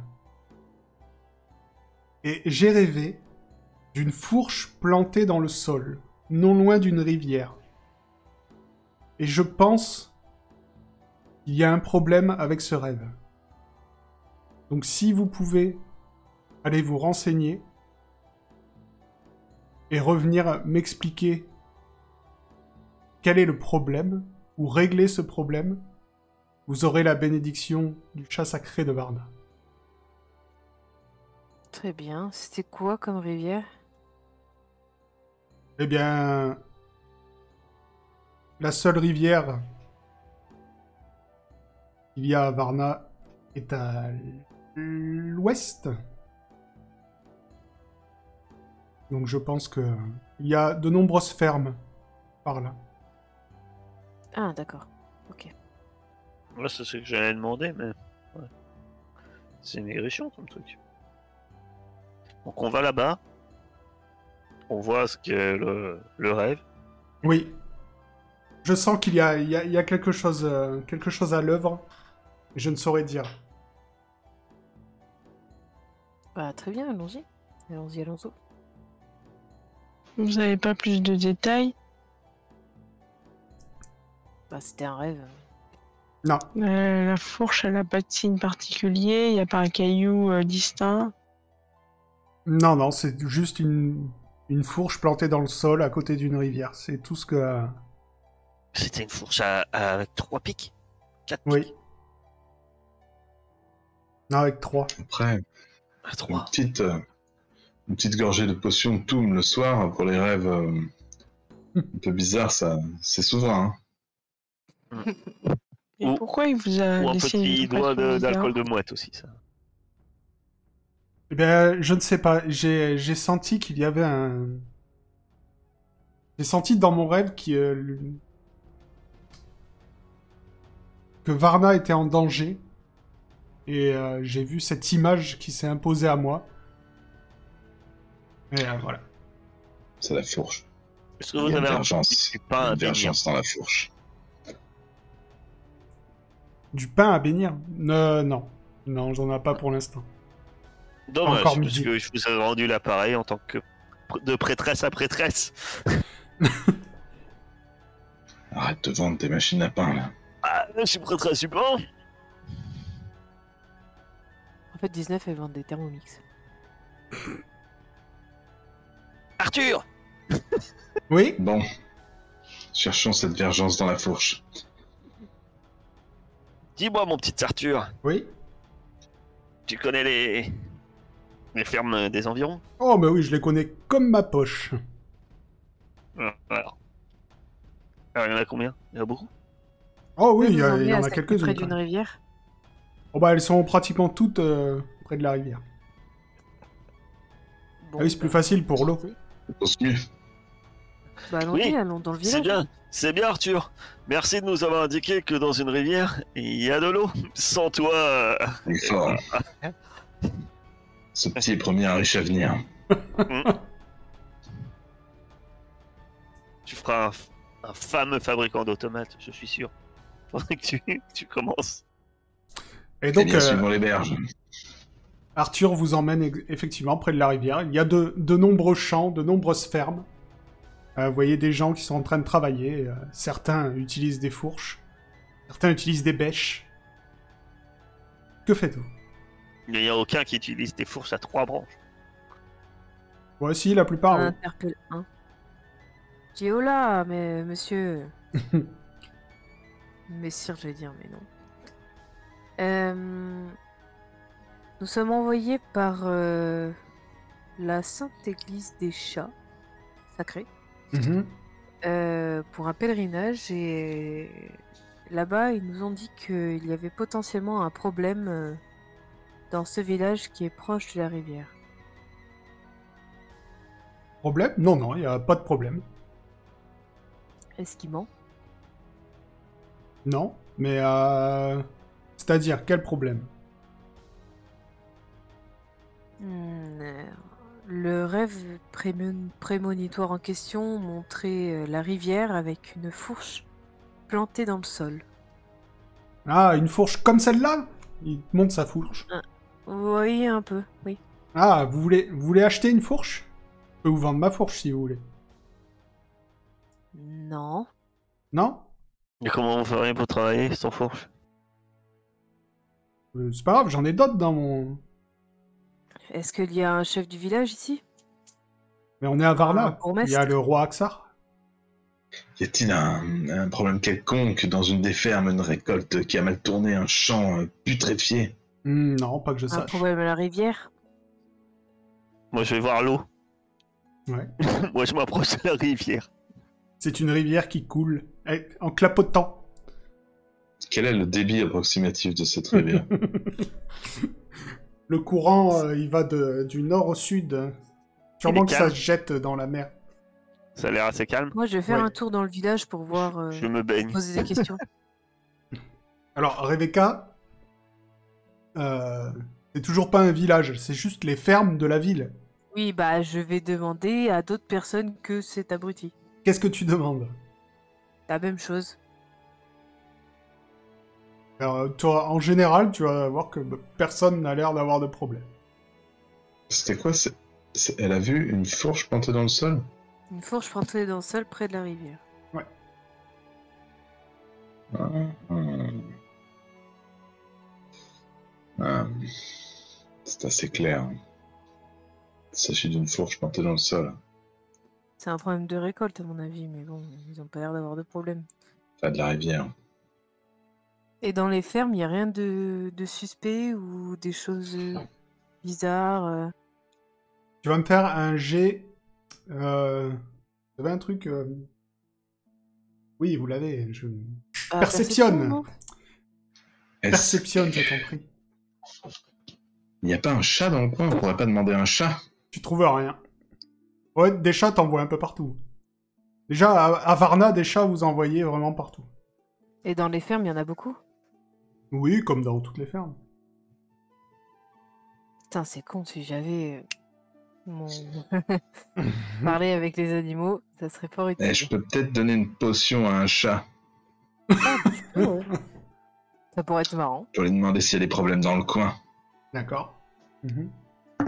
Et j'ai rêvé d'une fourche plantée dans le sol, non loin d'une rivière. Et je pense qu'il y a un problème avec ce rêve. Donc si vous pouvez aller vous renseigner et revenir m'expliquer quel est le problème, ou régler ce problème, vous aurez la bénédiction du chat sacré de Varna. Très bien. C'était quoi comme rivière Eh bien, la seule rivière qu'il y a à Varna est à l'ouest. Donc je pense que il y a de nombreuses fermes par là. Ah, d'accord. Moi, c'est ce que j'allais demander, mais. ouais. C'est une agression comme truc. Donc, on va là-bas. On voit ce qu'est le, le rêve. Oui. Je sens qu'il y a, il y a- il y a quelque chose, euh, quelque chose à l'œuvre. Je ne saurais dire. Bah, très bien, allons-y. Allons-y, allons-y. Vous n'avez pas plus de détails Bah, c'était un rêve. Non. Euh, La fourche, elle n'a pas de signe particulier, il n'y a pas un caillou euh, distinct. Non, non, c'est juste une, une fourche plantée dans le sol à côté d'une rivière. C'est tout ce que. C'était une fourche à- à- avec trois pics Quatre pics Oui. Non, avec trois. Après, À une trois. petite, euh, une petite gorgée de potion de toum le soir pour les rêves euh, un peu bizarres, ça, c'est souvent. hein. Et Ou- pourquoi il vous a Ou un laissé une petit doigt impression de- bizarre d'alcool de mouette aussi, ça. Eh bien, je ne sais pas. J'ai j'ai senti qu'il y avait un. J'ai senti dans mon rêve qui, euh, le- que Varna était en danger. Et euh, j'ai vu cette image qui s'est imposée à moi. Et euh, voilà. C'est la fourche. Est-ce que Il vous y a une avez un vergence. c'est Il y a pas un une délire vergence dans la fourche. Du pain à bénir Euh, Non. Non, j'en ai pas pour l'instant. Dommage, Encore parce midi. que je vous ai rendu l'appareil en tant que pr- de prêtresse à prêtresse. Arrête de vendre tes machines à pain, là. Ah, je suis prêtresse du pain. En fait, 19, elles vendent des thermomix. Arthur Oui Bon, cherchons cette vergence dans la fourche. Dis-moi, mon petit Arthur, Oui tu connais les... les fermes des environs Oh, mais oui, je les connais comme ma poche. Alors. alors, Ah, il y en a combien Il y en a beaucoup Oh oui, il y, Vous a- vous il y emmenez à en a Sacré quelques-unes. Près quand d'une même. rivière Oh bah, elles sont pratiquement toutes euh, près de la rivière. Bon, ah oui, c'est plus bah, facile pour l'eau. Pense mieux. Bah, allons-y, Oui, allons dans le village. C'est bien, c'est bien Arthur. Merci de nous avoir indiqué que dans une rivière, il y a de l'eau. Sans toi... euh, Il est fort. Ce petit est promis un riche avenir. Tu feras un, f- un fameux fabricant d'automates, je suis sûr. Faudrait que tu, que tu commences. Et donc, Donc, bien euh, suivant les berges. Arthur vous emmène ex- effectivement près de la rivière. Il y a de, de nombreux champs, de nombreuses fermes. Euh, vous voyez des gens qui sont en train de travailler. euh, certains utilisent des fourches. Certains utilisent des bêches. Que faites-vous Il n'y a aucun qui utilise des fourches à trois branches. Voici la plupart. Ah oui. Interpelle 1. J'ai oh là, mais monsieur. Messire, je vais dire, mais non. Euh, nous sommes envoyés par euh, la Sainte Église des Chats, sacrée, Mhm. euh, pour un pèlerinage et là-bas, ils nous ont dit qu'il y avait potentiellement un problème euh, dans ce village qui est proche de la rivière. Problème Non, non, il n'y a pas de problème. Est-ce qu'il ment Non, mais euh... c'est-à-dire quel problème Hmm, euh, le rêve prémon- prémonitoire en question montrait euh, la rivière avec une fourche plantée dans le sol. Ah, une fourche comme celle-là Il te montre sa fourche. Vous voyez un peu, oui. Ah, vous voulez, vous voulez acheter une fourche Je peux vous vendre ma fourche si vous voulez. Non. Non Mais comment on ferait pour travailler sans fourche Euh, C'est pas grave, j'en ai d'autres dans mon... Est-ce qu'il y a un chef du village ici Mais on est à Un Varna. bourgmestre Ah Il y a le roi Aksar. Y a-t-il un, un problème quelconque dans une des fermes, une récolte qui a mal tourné, un champ euh, putréfié Hmm, non, pas que je Un sache. problème à la rivière Moi, je vais voir l'eau. Ouais. Moi, je m'approche de la rivière. C'est une rivière qui coule eh, en clapotant. Quel est le débit approximatif de cette rivière Le courant, euh, il va de- du nord au sud. euh, Sûrement Il est que ça calme. se jette dans la mer. Ça a l'air assez calme. Moi, je vais faire Ouais. un tour dans le village pour voir, euh, Je me baigne. poser des questions. Alors, Rebecca, euh, c'est toujours pas un village, c'est juste les fermes de la ville. oui, bah, je vais demander à d'autres personnes que cet abruti. Qu'est-ce que tu demandes La même chose. Alors, euh, toi, en général, tu vas voir que bah, personne n'a l'air d'avoir de problème. C'était quoi c'est- c'est- Elle a vu une fourche plantée dans le sol Une fourche plantée dans le sol près de la rivière. Ah, ah. Ah, C'est assez clair. Il s'agit d'une fourche plantée dans le sol. C'est un problème de récolte, à mon avis, mais bon, ils ont pas l'air d'avoir de problème. Pas de la rivière. Et dans les fermes, il n'y a rien de, de suspect ou des choses euh, bizarres. euh. Tu vas me faire un G. Euh... Vous avez un truc. euh, Oui, vous l'avez. Je... Ah, Perceptionne. non Est-ce- Perception, j'ai compris. Il n'y a pas un chat dans le coin On pourrait pas demander un chat Tu trouves rien. Ouais, des chats, t'en vois un peu partout. Déjà, à, à Varna, des chats, vous en voyez vraiment partout. Et dans les fermes, il y en a beaucoup. Oui, comme dans toutes les fermes. Putain, c'est con, si j'avais euh, mon... parlé avec les animaux, ça serait fort utile. Eh, Je peux peut-être donner une potion à un chat Ça pourrait être marrant. pour lui demander s'il y a des problèmes dans le coin. D'accord. Mhm. hein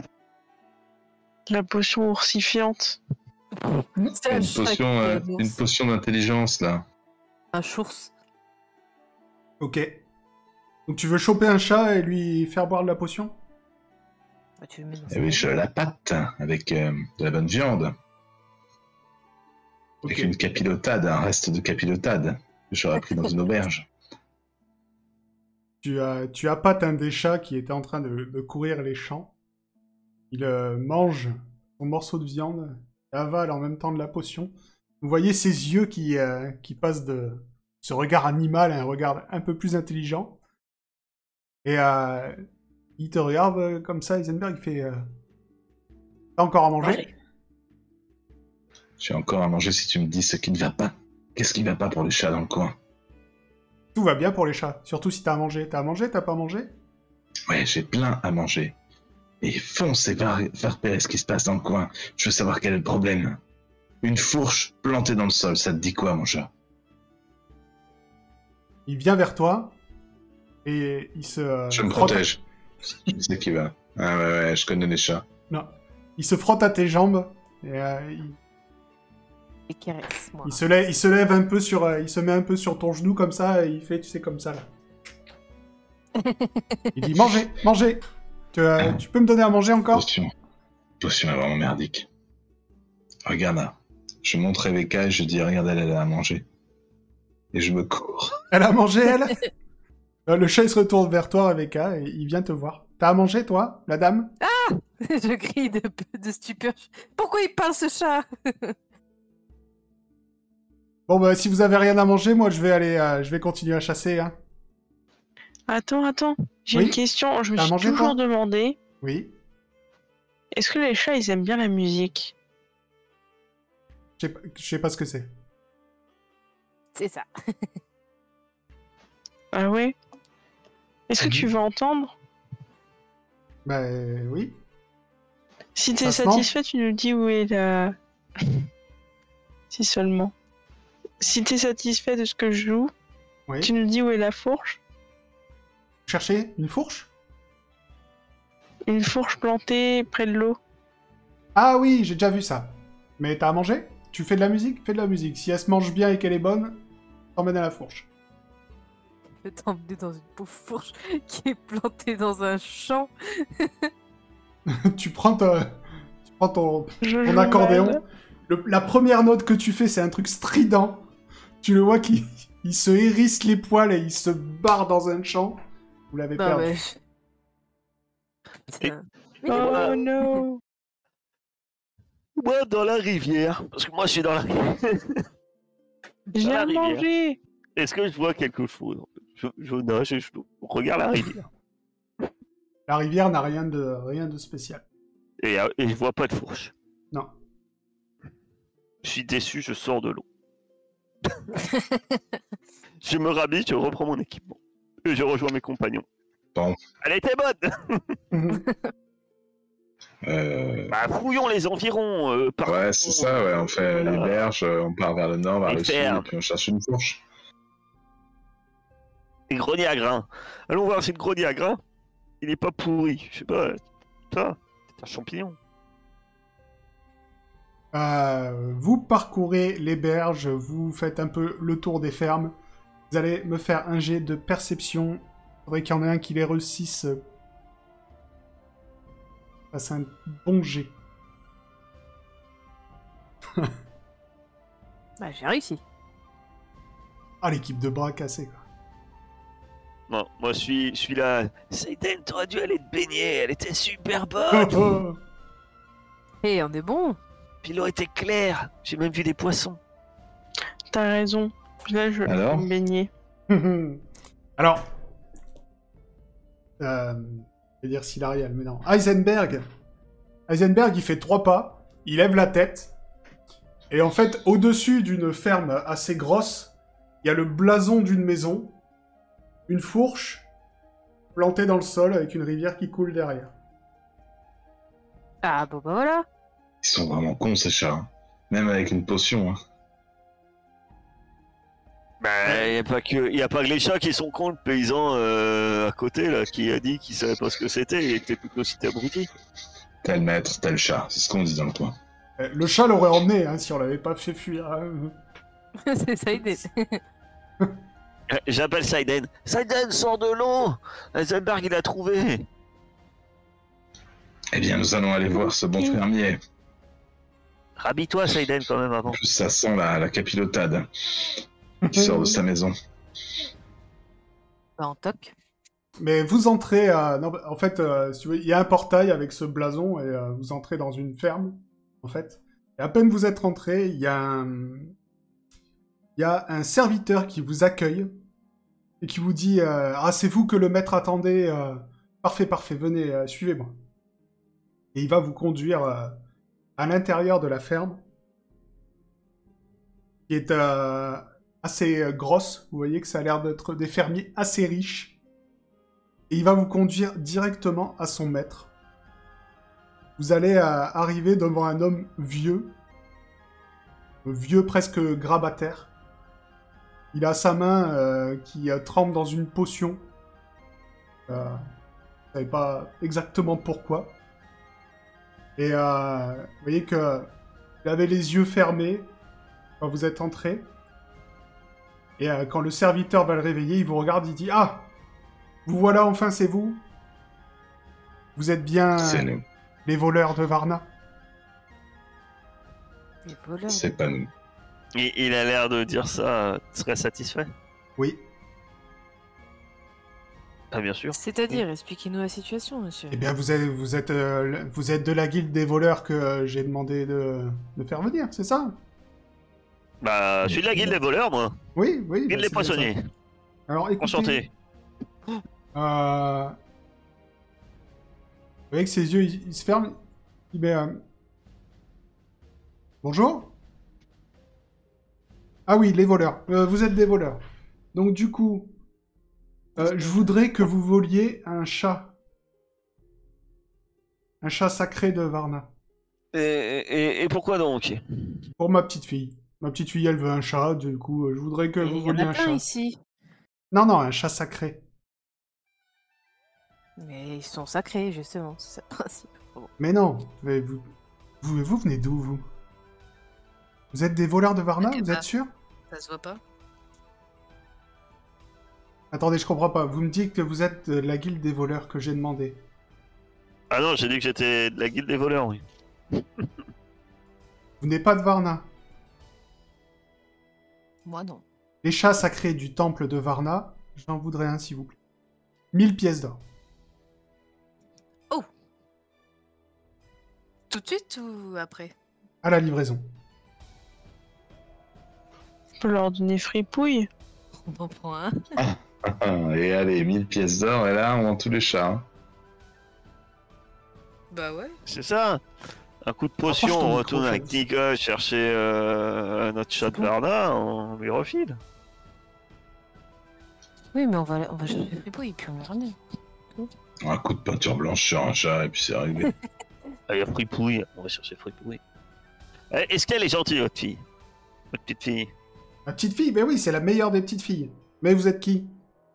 La potion oursifiante. C'est Une potion, euh, une potion d'intelligence là. Un chours. Ok. Donc tu veux choper un chat et lui faire boire de la potion Bah, tu le mets dans Eh sa oui, poche. je la pâte avec euh, de la bonne viande. Avec Ok. une capilotade, un reste de capilotade que j'aurais pris dans une auberge. Tu, as, tu appâtes un des chats qui était en train de, de courir les champs. Il euh, mange son morceau de viande, avale en même temps de la potion. Vous voyez ses yeux qui, euh, qui passent de ce regard animal à un regard un peu plus intelligent. Et euh, il te regarde euh, comme ça, Heisenberg, il fait... euh, T'as encore à manger J'ai encore à manger si tu me dis ce qui ne va pas. Qu'est-ce qui ne va pas pour les chats dans le coin Tout va bien pour les chats, surtout si t'as à manger. T'as à manger, t'as pas à manger Ouais, j'ai plein à manger. Et fonce et va va repérer ce qui se passe dans le coin. Je veux savoir quel est le problème. Une fourche plantée dans le sol, ça te dit quoi, mon chat Il vient vers toi et il se... euh, Je me frotte- protège. Je sais qui va. Ah ouais, ouais, je connais les chats. Non. Il se frotte à tes jambes et euh, il Et caresse, moi. Il se lève, il se lève un peu sur, euh, il se met un peu sur ton genou comme ça, et il fait, tu sais, comme ça là. il dit mangez, mangez. Tu, euh, tu peux me donner à manger encore Potion. Potion est vraiment merdique. Regarde là. Je montre Rebecca et je dis regarde elle, elle a à manger. Et je me cours. Elle a mangé elle. Euh, Le chat il se retourne vers toi, Rebecca, et il vient te voir. T'as à manger toi, la dame je crie de, de stupeur. Pourquoi il parle ce chat Bon bah si vous avez rien à manger, moi je vais aller, euh, je vais continuer à chasser. Hein. Attends, attends. J'ai Oui. une question. Je me T'as suis mangé, toujours toi demandé Oui. est-ce que les chats, ils aiment bien la musique Je sais pas- je sais pas ce que c'est. C'est ça. Ah ouais Est-ce que tu Mhm. veux entendre Bah euh, oui. Si t'es Ça se mange satisfait, tu nous dis où est la. si seulement. Si t'es satisfait de ce que je joue, Oui. tu nous dis où est la fourche. Cherchez une fourche Une fourche plantée près de l'eau. Ah oui, j'ai déjà vu ça. Mais t'as à manger Tu fais de la musique Fais de la musique. Si elle se mange bien et qu'elle est bonne, t'emmènes à la fourche. Je vais t'emmener dans une pauvre fourche qui est plantée dans un champ. tu prends, ta- tu prends ton, Je ton joue accordéon. mal. Le- la première note que tu fais, c'est un truc strident. Tu le vois qui il se hérisse les poils et il se barre dans un champ. Vous l'avez Non, perdu. mais. je- Putain. Mais Oh non. Voilà. no Moi, dans la rivière, parce que moi, je suis dans la rivière. Je l'ai la rivière. mangé Est-ce que je vois quelque chose je, je nage et je regarde la rivière. La rivière n'a rien de, rien de spécial. Et, euh, et je vois pas de fourche. Non. Je suis déçu, je sors de l'eau. je me rhabille, je reprends mon équipement. Et je rejoins mes compagnons. Bon. Elle était bonne Euh, Bah, fouillons les environs euh, par- ouais, c'est ça, ouais. On fait les Voilà. berges, euh, on part vers le nord, vers Les le sud, fermes. et puis on cherche une fourche. Les greniers à grains. Allons voir si le grenier à grains, il est pas pourri. Je sais pas. Putain, c'est un champignon. Euh, vous parcourez les berges, vous faites un peu le tour des fermes. Vous allez me faire un jet de perception. Il faudrait qu'il y en ait un qui les réussisse. Ça, c'est un bon jet. Bah, j'ai réussi. Ah, l'équipe de bras cassés. quoi. Non, moi je suis, je suis là. Seiden, t'aurais dû aller te baigner, elle était super bonne. Et on est bon. Puis l'eau était claire, j'ai même vu des poissons. T'as raison. Là, je Alors vais me baigner. Alors, euh, je vais dire Silariel, mais non. Heisenberg. Heisenberg, il fait trois pas, il lève la tête, et en fait, au-dessus d'une ferme assez grosse, il y a le blason d'une maison, une fourche plantée dans le sol avec une rivière qui coule derrière. Ah, bon, bah voilà. Ils sont vraiment cons, ces chats. hein. Même avec une potion. hein. Bah, y a pas que, y a pas que les chats qui sont cons, le paysan euh, à côté là, qui a dit qu'il savait pas ce que c'était et que plutôt si abruti. Tel maître, tel chat. C'est ce qu'on dit dans le coin. Euh, Le chat l'aurait emmené hein, si on l'avait pas fait fuir. hein. c'est ça l'idée. Euh, J'appelle Seiden. Seiden, sors de l'eau. Heisenberg, il a trouvé. Eh bien, nous allons aller voir ce bon fermier. Rabis-toi, Seiden, quand même avant. En plus, ça sent la, la capilotade qui sort de sa maison. Bah, en toc. Mais vous entrez, euh, non, en fait, euh, si vous voulez, il y a un portail avec ce blason et euh, vous entrez dans une ferme, en fait. Et à peine vous êtes rentré, il y a un, il y a un serviteur qui vous accueille et qui vous dit euh, Ah, c'est vous que le maître attendait. euh, parfait, parfait, venez, euh, suivez-moi. Et il va vous conduire euh, à l'intérieur de la ferme, qui est euh, assez euh, grosse. Vous voyez que ça a l'air d'être des fermiers assez riches et il va vous conduire directement à son maître. Vous allez euh, arriver devant un homme vieux, vieux presque grabataire. Il a sa main euh, qui euh, tremble dans une potion. Euh, vous savez pas exactement pourquoi. Et euh, vous voyez que il avait les yeux fermés quand vous êtes entré. Et euh, quand le serviteur va le réveiller, il vous regarde, il dit Ah, vous voilà enfin, c'est vous Vous êtes Ah, bien C'est nous. les voleurs de Varna Les voleurs. C'est pas nous. Il, il a l'air de dire ça, euh, très satisfait. Oui. Ah, bien sûr. C'est-à-dire, expliquez-nous la situation, monsieur. Eh bien, vous êtes, vous êtes, euh, le- vous êtes de la guilde des voleurs que euh, j'ai demandé de, de faire venir, c'est ça Bah, je suis de la guilde des voleurs, moi. Oui, oui. bah, c'est Guilde des bien ça. poissonniers. Alors, écoutez, Enchanté. Euh... Vous voyez que ses yeux, ils, ils se ferment. Il met, euh, Bonjour Ah oui, les voleurs. Euh, vous êtes des voleurs. Donc du coup, euh, je voudrais que vous voliez un chat. Un chat sacré de Varna. Et, et, et pourquoi donc Pour ma petite fille. Ma petite fille, elle veut un chat, du coup, euh, je voudrais que Il vous y en vouliez a un plein chat. ici. Non, non, un chat sacré. Mais ils sont sacrés, justement, c'est ça le principe. Mais non, mais vous, vous, vous venez d'où, vous Vous êtes des voleurs de Varna, Je sais vous pas. êtes sûr Ça se voit pas Attendez, je comprends pas. Vous me dites que vous êtes de la guilde des voleurs que j'ai demandé. Ah non, j'ai dit que j'étais de la guilde des voleurs, oui. Vous n'êtes pas de Varna. Moi, non. Les chats sacrés du temple de Varna, j'en voudrais un, s'il vous plaît. 1000 pièces d'or. Tout de suite ou après À la livraison. On peut leur donner fripouille. On en prend un. Ah, et allez, 1000 pièces d'or, et là, on vend tous les chats. hein. Bah ouais. C'est ça Un coup de potion, Rapproche ton on retourne micro, avec Nico chercher euh, notre chat de Varna, on lui refile. Oui, mais on va, on va chercher des fripouilles et puis on va ramener. Un coup de peinture blanche sur un chat, et puis c'est réglé. Allez, fripouille, on va chercher fripouille. Eh, Est-ce qu'elle est gentille, votre fille Votre petite fille Ma petite fille, mais oui, c'est la meilleure des petites filles. Mais vous êtes qui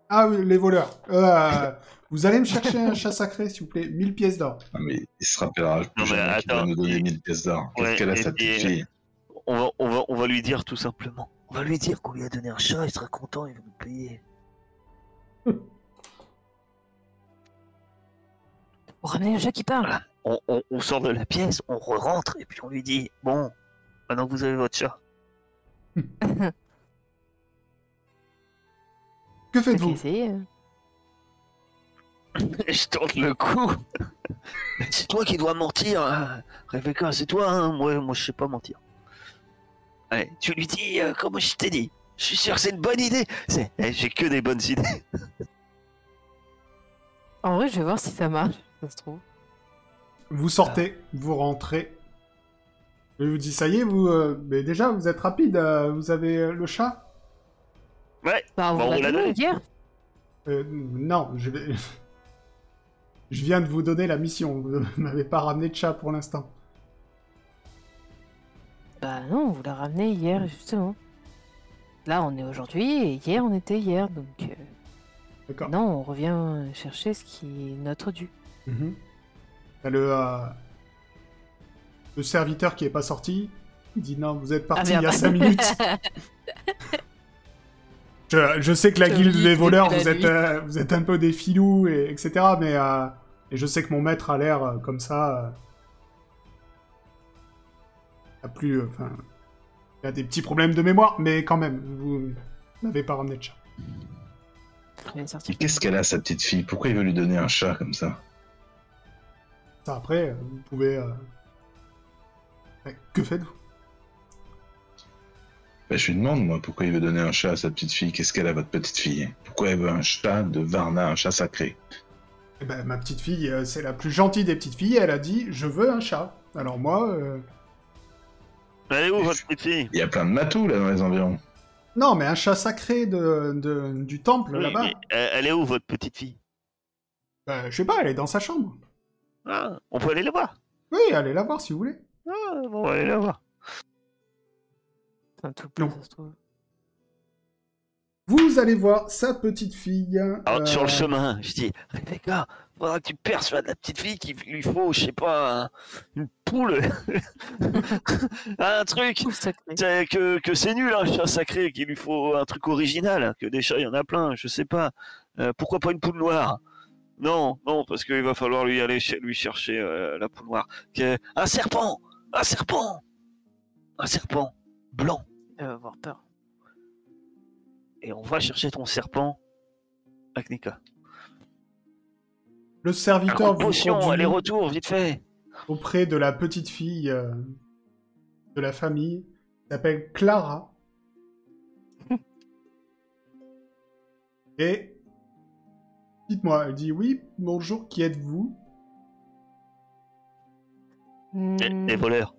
Ah, oui, les voleurs. Euh, vous allez me chercher un chat sacré, s'il vous plaît. 1000 pièces d'or. Non, Ah, mais il se rappellera plus mais jamais qu'il va attends, nous donner il- 1000 pièces d'or. Ouais, Qu'est-ce qu'elle a, et sa petite puis- euh, fille on va, on, va, on va lui dire tout simplement. On va lui dire qu'on lui a donné un chat, il sera content, il va nous payer. On ramène le chat qui parle. Voilà. On, on- on sort de la pièce, on re-rentre et puis on lui dit Bon, maintenant que vous avez votre chat. Que T'as faites-vous essayer. hein. Je tente le coup. Mais c'est toi qui dois mentir, hein. Rebecca, c'est toi, hein. moi, moi je sais pas mentir. Allez, tu lui dis euh, comme je t'ai dit. Je suis sûr que c'est une bonne idée. C'est... eh, j'ai que des bonnes idées. En vrai, je vais voir si ça marche. Ça se trouve. Vous sortez, vous rentrez. Et vous dites, ça y est, vous. euh, mais déjà, vous êtes rapide. euh, vous avez euh, le chat Bah, on Bah, on vous vous l'a l'a donné. donné hier. Euh, Non, je vais. Je viens de vous donner la mission. Vous ne m'avez pas ramené de chat pour l'instant. Bah non, on vous l'a ramené hier, justement. Là, on est aujourd'hui et hier, on était hier. Donc, euh, D'accord. non, on revient chercher ce qui est notre dû. Mhm. T'as le, euh, le serviteur qui est pas sorti. Il dit non, vous êtes parti Ah, il y a 5 minutes. Je, je sais que la Ça guilde vous dit des que voleurs, la vous êtes, nuit. euh, vous êtes un peu des filous, et, etc. Mais euh, et je sais que mon maître a l'air euh, comme ça. euh, a plus, euh, enfin, il a des petits problèmes de mémoire, mais quand même, vous n'avez pas ramené de chat. Je vais sortir. Mais Qu'est-ce qu'elle a, sa petite fille Pourquoi il veut lui donner un chat comme ça Ça après, euh, vous pouvez. euh, euh, Que faites-vous Bah, je lui demande, moi, pourquoi il veut donner un chat à sa petite fille Qu'est-ce qu'elle a, votre petite fille Pourquoi elle veut un chat de Varna, un chat sacré Eh ben, ma petite fille, euh, c'est la plus gentille des petites filles, elle a dit Je veux un chat. Alors moi, euh, Elle est où, Et votre je- petite fille Il y a plein de matous, là, dans les environs. non, mais un chat sacré de, de- du temple Oui, là-bas. mais, euh, Elle est où, votre petite fille Ben, je sais pas, elle est dans sa chambre. Ah, On peut aller la voir. Oui, allez la voir si vous voulez. Ah, bon, on va aller la voir. Enfin, tout le Non. plan, ça se trouve. Vous allez voir sa petite fille. Alors, euh, Ah, sur le chemin, je dis Rebecca, faudra que tu persuades la petite fille qu'il lui faut, je sais pas, un- une poule. un truc. Tout sacré. C'est que, que c'est nul hein, un chat sacré, qu'il lui faut un truc original, hein, que des chats il y en a plein, je sais pas. Euh, pourquoi pas une poule noire Non, non, parce qu'il va falloir lui aller chez- lui chercher euh, la poule noire. Que- Un serpent Un serpent Un serpent blanc. Elle va euh, avoir peur. Et on va chercher ton serpent avec Nika. Le Un coup serviteur de vous potion, conduit aller-retour, vite fait auprès de la petite fille euh, de la famille. Elle s'appelle Clara. Et dites-moi, elle dit Oui, bonjour, qui êtes-vous Et- Hmm, Les voleurs.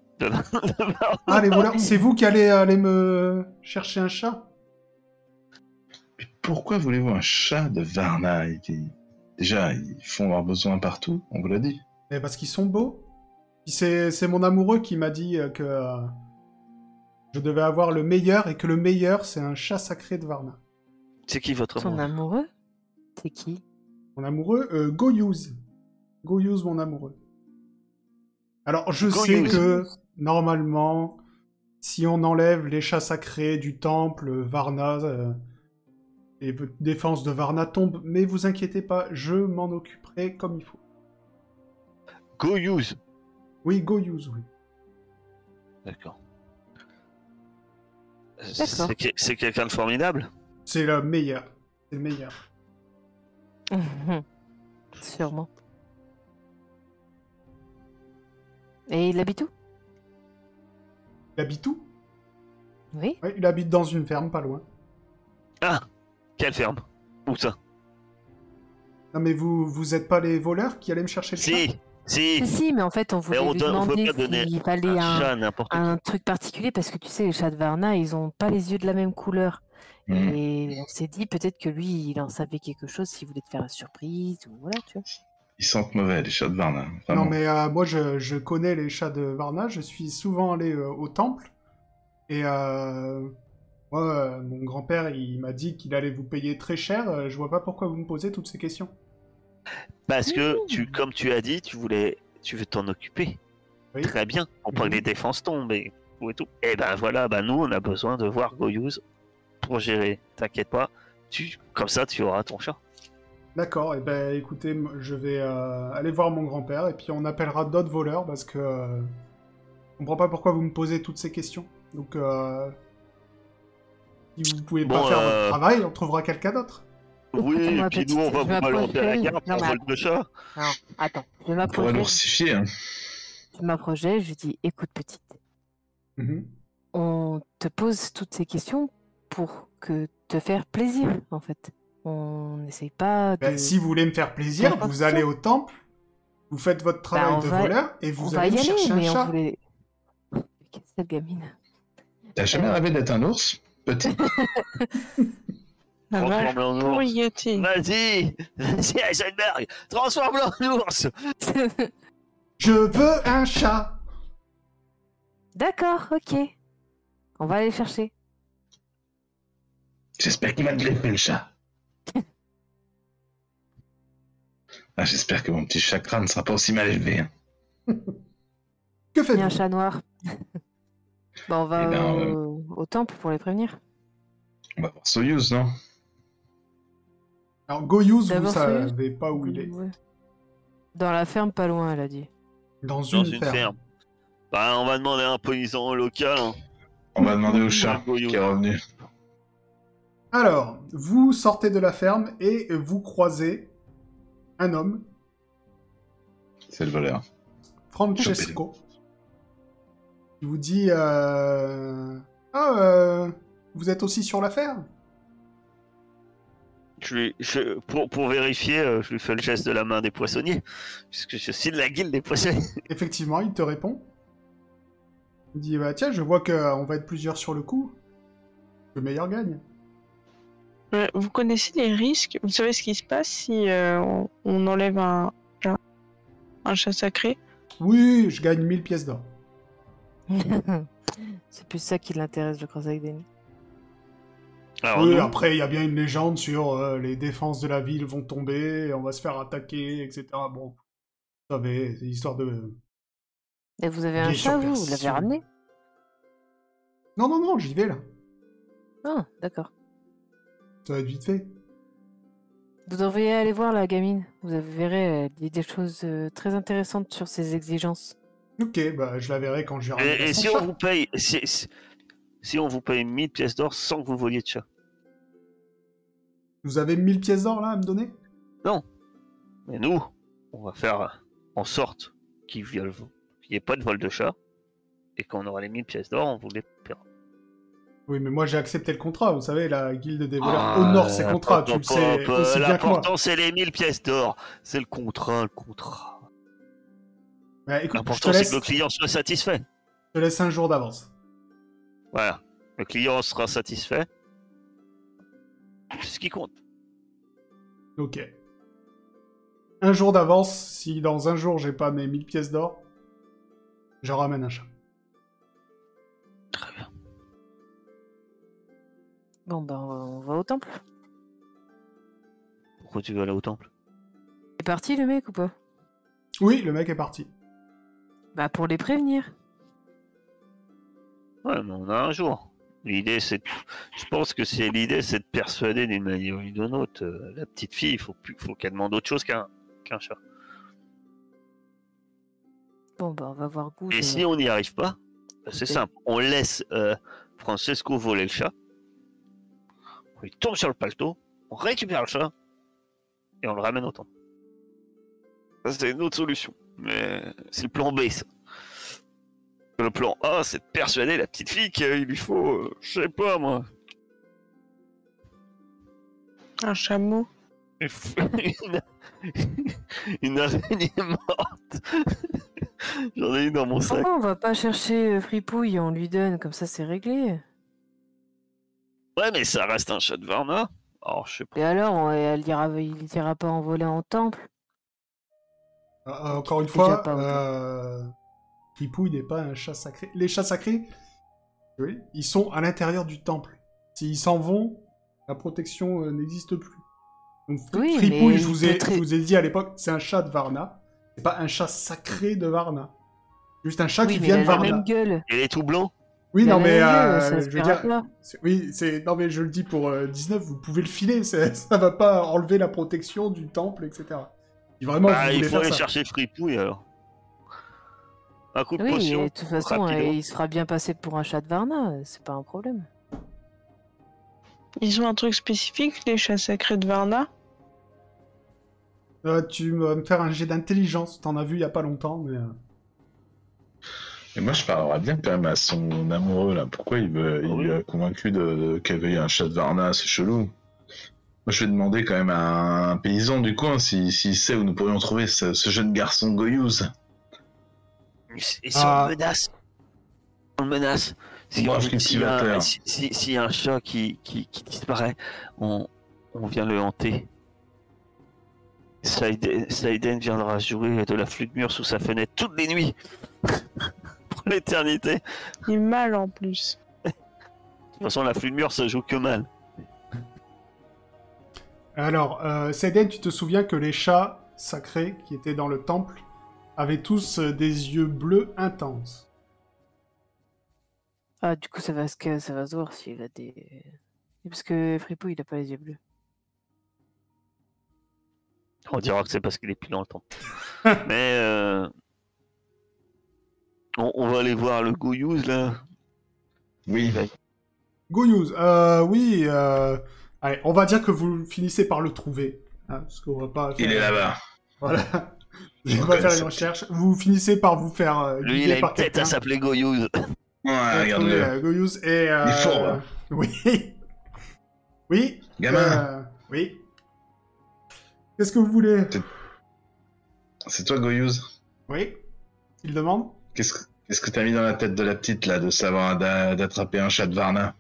Ah, les voleurs, c'est vous qui allez aller me chercher un chat Mais pourquoi voulez-vous un chat de Varna il- il- Déjà, ils font leurs besoins partout, on vous l'a dit. Mais parce qu'ils sont beaux. Puis c'est c'est mon amoureux qui m'a dit euh, que euh, je devais avoir le meilleur et que le meilleur, c'est un chat sacré de Varna. C'est qui votre Son amour amoureux C'est qui Mon amoureux, euh, Goyuz. Goyuz, mon amoureux. Alors, je sais Goyuz. que, normalement, si on enlève les chats sacrés du temple, euh, Varna, euh, les v- défenses de Varna tombent, mais vous inquiétez pas, je m'en occuperai comme il faut. Go use. Oui, Goyuz, oui. D'accord. D'accord. C'est que- c'est quelqu'un de formidable C'est le meilleur. C'est le meilleur. Sûrement. Et il habite où Il habite où Oui. Ouais, Il habite dans une ferme, pas loin. Ah Quelle ferme Où ça Non, mais vous, vous êtes pas les voleurs qui allaient me chercher le chat Si Si Ah, Mais si, mais en fait, on voulait on lui donne- on peut demander pas donner s'il fallait Un un, chat, n'importe un truc particulier parce que tu sais, les chats de Varna, ils ont pas les yeux de la même couleur. Mmh. Hmm. Et on s'est dit peut-être que lui, il en savait quelque chose s'il voulait te faire une surprise ou voilà, tu vois. Ils sentent mauvais, les chats de Varna. Non, Vraiment. mais euh, moi, je, je connais les chats de Varna. Je suis souvent allé euh, au temple. Et euh, moi, euh, mon grand-père, il m'a dit qu'il allait vous payer très cher. euh, je vois pas pourquoi vous me posez toutes ces questions. Parce que, tu, comme tu as dit, tu voulais, tu veux t'en occuper. Oui. Très bien, pour pas Mhm. que les défenses tombent et tout et tout. Et ben voilà, ben nous, on a besoin de voir Goyuz pour gérer. T'inquiète pas, tu, comme ça, tu auras ton chat. D'accord, et ben écoutez, m- je vais euh, aller voir mon grand-père et puis on appellera d'autres voleurs parce que euh, je comprends pas pourquoi vous me posez toutes ces questions. Donc, euh, si vous pouvez pas Bon, faire euh, votre travail, on trouvera quelqu'un d'autre. Oui, Attends, et ma puis petite, nous, on va je vous vais balancer à la approcher. carte Non, on mais vole le chat. Non, attends, je On pourrait m'approchais, l'oursifier. Hein. je m'approchais, je lui dis écoute petite, Mhm. on te pose toutes ces questions pour que te faire plaisir en fait. On n'essaye pas de... Ben, si vous voulez me faire plaisir, Ouais, pas vous de allez ça. au temple, vous faites votre travail Ben, on de va- voleur et on vous va allez y me aller, chercher un mais on chat. voulait... Qu'est-ce que cette gamine T'as jamais rêvé d'être un ours Petit. La vache Transforme-le en ours. pourrigatée. Vas-y, vas-y, Heisenberg, transforme-le en ours. Je veux un chat. D'accord, ok. On va aller chercher. J'espère qu'il va te griffer le chat. Ah, j'espère que mon petit chat crâne ne sera pas aussi mal élevé. hein. Que Il y a faites-vous un chat noir. Bah, on va Eh ben, euh, au... au temple pour les prévenir. On va voir Soyuz, non Alors Goyuz, vous D'abord, Soyuz. savez pas où il est. Ouais. Dans la ferme, pas loin, elle a dit. Dans, Dans une, une ferme. ferme. Bah, on va demander à un paysan local. hein. On va demander au chat Goyou. qui est revenu. Alors, vous sortez de la ferme et vous croisez un homme, C'est le voleur. Francesco, qui vous dit euh, Ah, euh, vous êtes aussi sur la ferme Je lui- je- pour, pour vérifier, euh, je lui fais le geste de la main des poissonniers, puisque je suis de la guilde des poissonniers. Effectivement, il te répond. Il dit Bah tiens, je vois qu'on va être plusieurs sur le coup. Le meilleur gagne. Ouais, Euh, Vous connaissez les risques Vous savez ce qui se passe si euh, on, on enlève un chat, un chat sacré Oui, je gagne 1000 pièces d'or. C'est plus ça qui l'intéresse, je crois, avec Denis. Alors, Oui, hein. nous, après, il y a bien une légende sur euh, les défenses de la ville vont tomber, on va se faire attaquer, etc. Bon, vous savez, c'est histoire de. Et vous avez un Bien chat, sûr, vous Vous l'avez personne. ramené Non, non, non, j'y vais là. Ah, d'accord. Ça va être vite fait. Vous devriez aller voir la gamine. Vous verrez, elle dit des choses euh, très intéressantes sur ses exigences. Ok, bah je la verrai quand je et, rentre. et si on vous paye, si, si- si on vous paye 1000 pièces d'or sans que vous voliez de chat Vous avez 1000 pièces d'or là à me donner Mais nous, on va faire en sorte qu'il viole- qu'il n'y ait pas de vol de chat, et quand on aura les 1000 pièces d'or, on vous les paiera. Oui, mais moi j'ai accepté le contrat, vous savez, la guilde des voleurs Ah, honore ses contrats, hop, tu le hop, sais hop, aussi bien que moi. L'important, c'est les 1000 pièces d'or. C'est le contrat, le contrat. Bah, écoute, je te, L'important, c'est laisse, que le client soit satisfait. je te laisse un jour d'avance. Voilà. Le client sera satisfait. C'est ce qui compte. Ok. un jour d'avance. Si dans un jour j'ai pas mes 1000 pièces d'or, je ramène un chat. Très bien. Bon, ben, on va au temple. Pourquoi tu veux aller au temple Il est parti le mec ou pas Oui, le mec est parti. Bah, pour les prévenir. Ouais, mais on a un jour. L'idée, c'est, de- je pense que c'est l'idée, c'est de persuader d'une manière ou d'une autre euh, la petite fille. Il faut plus, faut qu'elle demande autre chose qu'un qu'un chat. Bon, bah, on va voir Gould. Et euh, si on n'y arrive pas, bah, c'est Ok. simple. On laisse euh, Francesco voler le chat. On lui tombe sur le paletot. On récupère le chat et on le ramène au temple. Ça, c'est une autre solution. Mais c'est le plan B, ça. Le plan A, c'est de persuader la petite fille qu'il lui faut, euh, je sais pas moi, Un chameau. une, une araignée morte. J'en ai une dans mon sac. Pourquoi on va pas chercher euh, Fripouille On lui donne, comme ça c'est réglé. Ouais, mais ça reste un chat de Varna. Alors, je sais pas. Et alors, on- elle dira, il dira pas en volant en temple Euh, euh, encore une Déjà fois, pas autant. euh, Flipouille n'est pas un chat sacré. Les chats sacrés, oui, ils sont à l'intérieur du temple. S'ils s'en vont, la protection euh, n'existe plus. Donc, Fri- Oui, Fripouille, mais je vous, ai, peut-être- je vous ai dit à l'époque, c'est un chat de Varna. C'est pas un chat sacré de Varna. Juste un chat Oui, qui mais vient de elle a la Varna. même gueule. Elle est tout blanc. Oui, Elle a non, la mais même euh, gueule, ça se je veux verra dire, pas. c'est- oui, c'est non mais je le dis pour euh, 19, vous pouvez le filer, c'est- ça va pas enlever la protection du temple, etc. Si vraiment Bah, vous il voulez faut faire aller ça. chercher Fripouille alors. Un coup de Oui, potion. et de toute façon, rapido. euh, il se fera bien passer pour un chat de Varna, euh, c'est pas un problème. Ils ont un truc spécifique, les chats sacrés de Varna. Euh, tu vas me faire un jet d'intelligence, t'en as vu il y a pas longtemps, mais euh, Et moi, je parlerais bien quand même à son amoureux, là. Pourquoi il, veut, il Oui. lui a convaincu de, de- qu'il y avait un chat de Varna C'est chelou. Moi, je vais demander quand même à un paysan du coin s'il si, s'il sait où nous pourrions trouver ce, ce jeune garçon Goyous. Et si on Ah. le menace On le menace. Si Moi, on- je kiffe s'il y a Sylvater. un, si, si- s'il y a un chat qui, qui, qui disparaît, on, on vient le hanter. Saiden, Saiden viendra jouer de la flûte mûre sous sa fenêtre toutes les nuits. Pour l'éternité. De Il est mal en plus. toute façon, la flûte mûre, ça joue que mal. Alors, euh, Seiden, tu te souviens que les chats sacrés qui étaient dans le temple avaient tous euh, des yeux bleus intenses. Ah, du coup, ça va se, ca- ça va se voir s'il a des. Parce que Fripouille, il a pas les yeux bleus. On dira que c'est parce qu'il est pile dans le temps. Mais euh, on, on va aller voir le Goyous là. Oui. Go News, euh, oui, euh, allez, on va dire que vous finissez par le trouver, hein, parce qu'on va pas. Il faire- est là-bas. Voilà. Je On vais pas faire connaît une ça. recherche. Vous finissez par vous faire. euh, Lui, il guider a par une tête quelqu'un. à s'appeler Goyous. Vous avez trouvé, Ouais, Ah, regarde-le. euh, Go News et. euh, Il est fourbe, hein. Oui. oui. Gamin, euh, oui. Qu'est-ce que vous voulez c'est toi, Goyous Oui. Il demande. Qu'est-ce que- qu'est-ce que t'as mis dans la tête de la petite, là, de savoir d'a- d'attraper un chat de Varna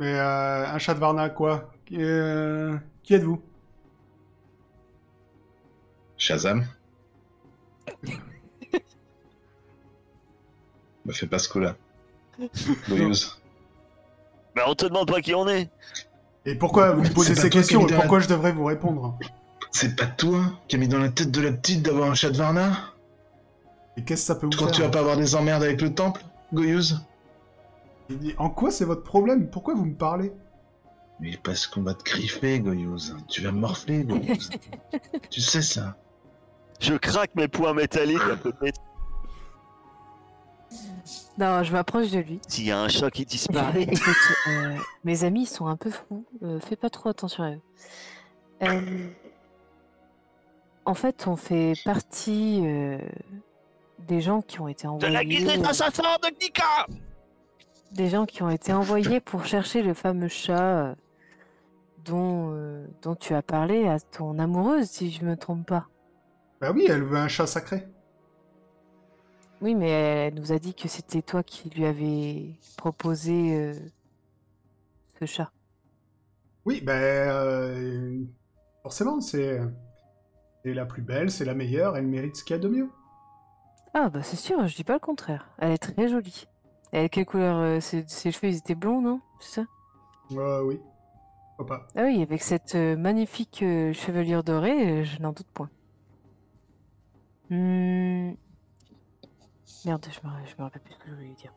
Mais euh, un chat de Varna, quoi Euh, Qui êtes-vous Shazam Me Bah, fais pas ce coup-là. Goyous. Bah, on te demande pas qui on est. Et pourquoi vous me posez C'est pas ces toi questions qui et me Pourquoi je devrais vous répondre C'est pas toi qui as mis dans la tête de la petite d'avoir un chat de Varna Et qu'est-ce que ça peut Tu vous crois que tu vas faire pas avoir des emmerdes avec le temple, Goyous Il dit, En quoi c'est votre problème Pourquoi vous me parlez Mais parce qu'on va te griffer, Goyous. Tu vas morfler, Goyous. tu sais ça. Je craque mes poings métalliques à côté. Non, je m'approche de lui. S'il y a un chat qui disparaît. Bah, Écoute, euh, mes amis, ils sont un peu fous. euh, fais pas trop attention à eux. Euh, en fait, on fait partie euh, des gens qui ont été De envoyés. la guilde des euh, assassins de Knika des gens qui ont été envoyés pour chercher le fameux chat euh, dont, euh, dont tu as parlé à ton amoureuse, si je me trompe pas. Bah oui, elle veut un chat sacré. Oui, mais elle nous a dit que c'était toi qui lui avais proposé euh, ce chat. Oui, ben... bah, euh, Forcément, c'est c'est la plus belle, c'est la meilleure, elle mérite ce qu'il y a de mieux. Ah, bah c'est sûr, je dis pas le contraire. Elle est très jolie. Elle, quelle couleur euh, ses, ses cheveux, ils étaient blonds, non C'est ça Euh, oui. Pourquoi pas. Ah oui, avec cette euh, magnifique euh, chevelure dorée, euh, je n'en doute point. Hmm. Merde, je me, ra- je me rappelle plus ce que je voulais lui dire.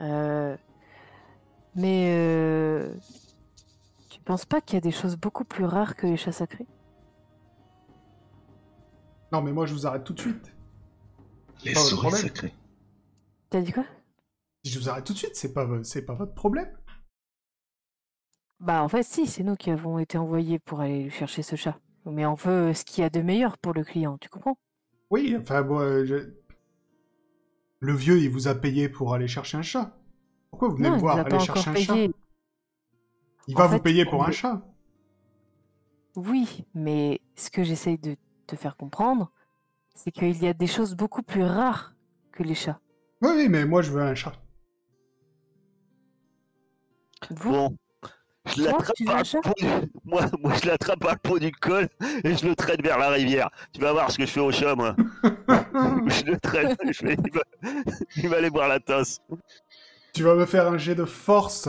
Euh, Mais euh, tu penses pas qu'il y a des choses beaucoup plus rares que les chats sacrés Non, mais moi, je vous arrête tout de suite. Les Pas de souris problème. sacrées. T'as dit quoi Je vous arrête tout de suite, c'est pas, vo- c'est pas votre problème. Bah en fait si, c'est nous qui avons été envoyés pour aller lui chercher ce chat. Mais on veut euh, ce qu'il y a de meilleur pour le client, tu comprends Oui, enfin, moi, je- Le vieux, il vous a payé pour aller chercher un chat. Pourquoi vous venez Non, me il voir nous a aller pas chercher encore un chat payé. Il En va fait, vous payer pour on un le- chat. Oui, mais ce que j'essaye de te faire comprendre, c'est qu'il y a des choses beaucoup plus rares que les chats. Oui, oui, mais moi, je veux un chat. Vous, Bon. Je Toi, l'attrape tu veux par un le chat pot du- moi, moi, je l'attrape par le pot du col et je le traîne vers la rivière. Tu vas voir ce que je fais au chat, moi. je le traîne, je vais- il, va... il va aller boire la tasse. Tu vas me faire un jet de force.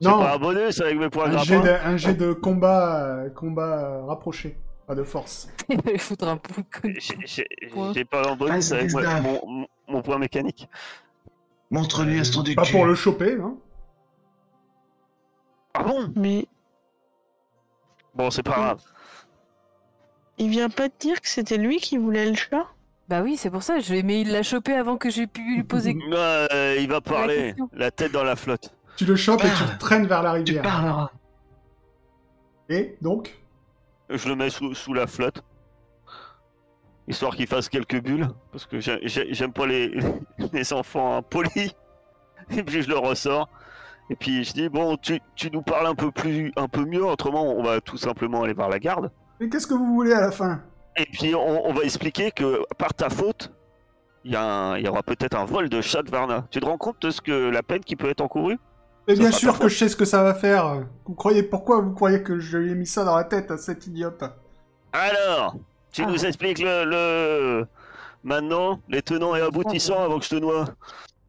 J'ai Non, pas un bonus avec mes points un jet de, grappins. un jet de combat, euh, combat euh, rapproché, pas de force. il va lui foutre un coup de coude. J'ai- J'ai Point. j'ai pas un bonus Ah, avec c'est moi- ça. mon, mon- mon point mécanique. Montre-lui Euh, le son du pas cul. pour le choper, hein. non Ah bon Mais Bon, c'est pas grave. il vient pas te dire que c'était lui qui voulait le chat Bah oui, c'est pour ça, je... mais il l'a chopé avant que j'ai pu lui poser. Non, euh, il va parler, question. la tête dans la flotte. Tu le chopes et tu Parle. le traînes vers la Tu rivière. parleras. Et donc Je le mets sous, sous la flotte. Histoire qu'il fasse quelques bulles, parce que j'ai- j'ai- j'aime pas les, les enfants impolis. Et puis je le ressors. Et puis je dis, bon, tu, tu nous parles un peu plus, un peu mieux, autrement on va tout simplement aller voir la garde. Mais qu'est-ce que vous voulez à la fin Et puis on, on va expliquer que par ta faute, il y, a un- il y aura peut-être un vol de chat de Varna. Tu te rends compte de ce que la peine qui peut être encourue Mais Ça bien sera sûr ta que je sais ce que ça va faire. Vous croyez pourquoi vous croyez que je lui ai mis ça dans la tête à cet idiote Alors, tu Ah. nous expliques le, le- Maintenant, les tenants et aboutissants avant que je te noie.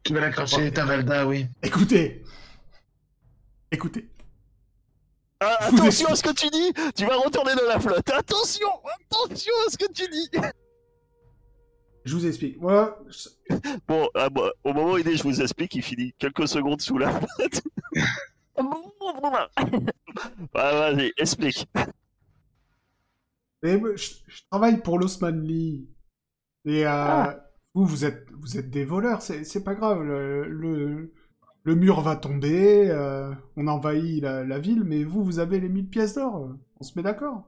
Tu vas l'accrocher, ta Valda, oui. Écoutez, écoutez. Ah, Vous attention à ce que tu dis Tu vas retourner dans la flotte Attention Attention à ce que tu dis Je vous explique. Moi, je- Bon, ah, bah, au moment où il dit je vous explique, il finit quelques secondes sous la flotte. Ah, vas-y, explique. Et moi, je, je travaille pour l'Osmanli. Et euh, Ah. vous, vous êtes, vous êtes des voleurs, c'est c'est pas grave. Le, le, le mur va tomber, euh, on envahit la, la ville, mais vous, vous avez les 1000 pièces d'or. On se met d'accord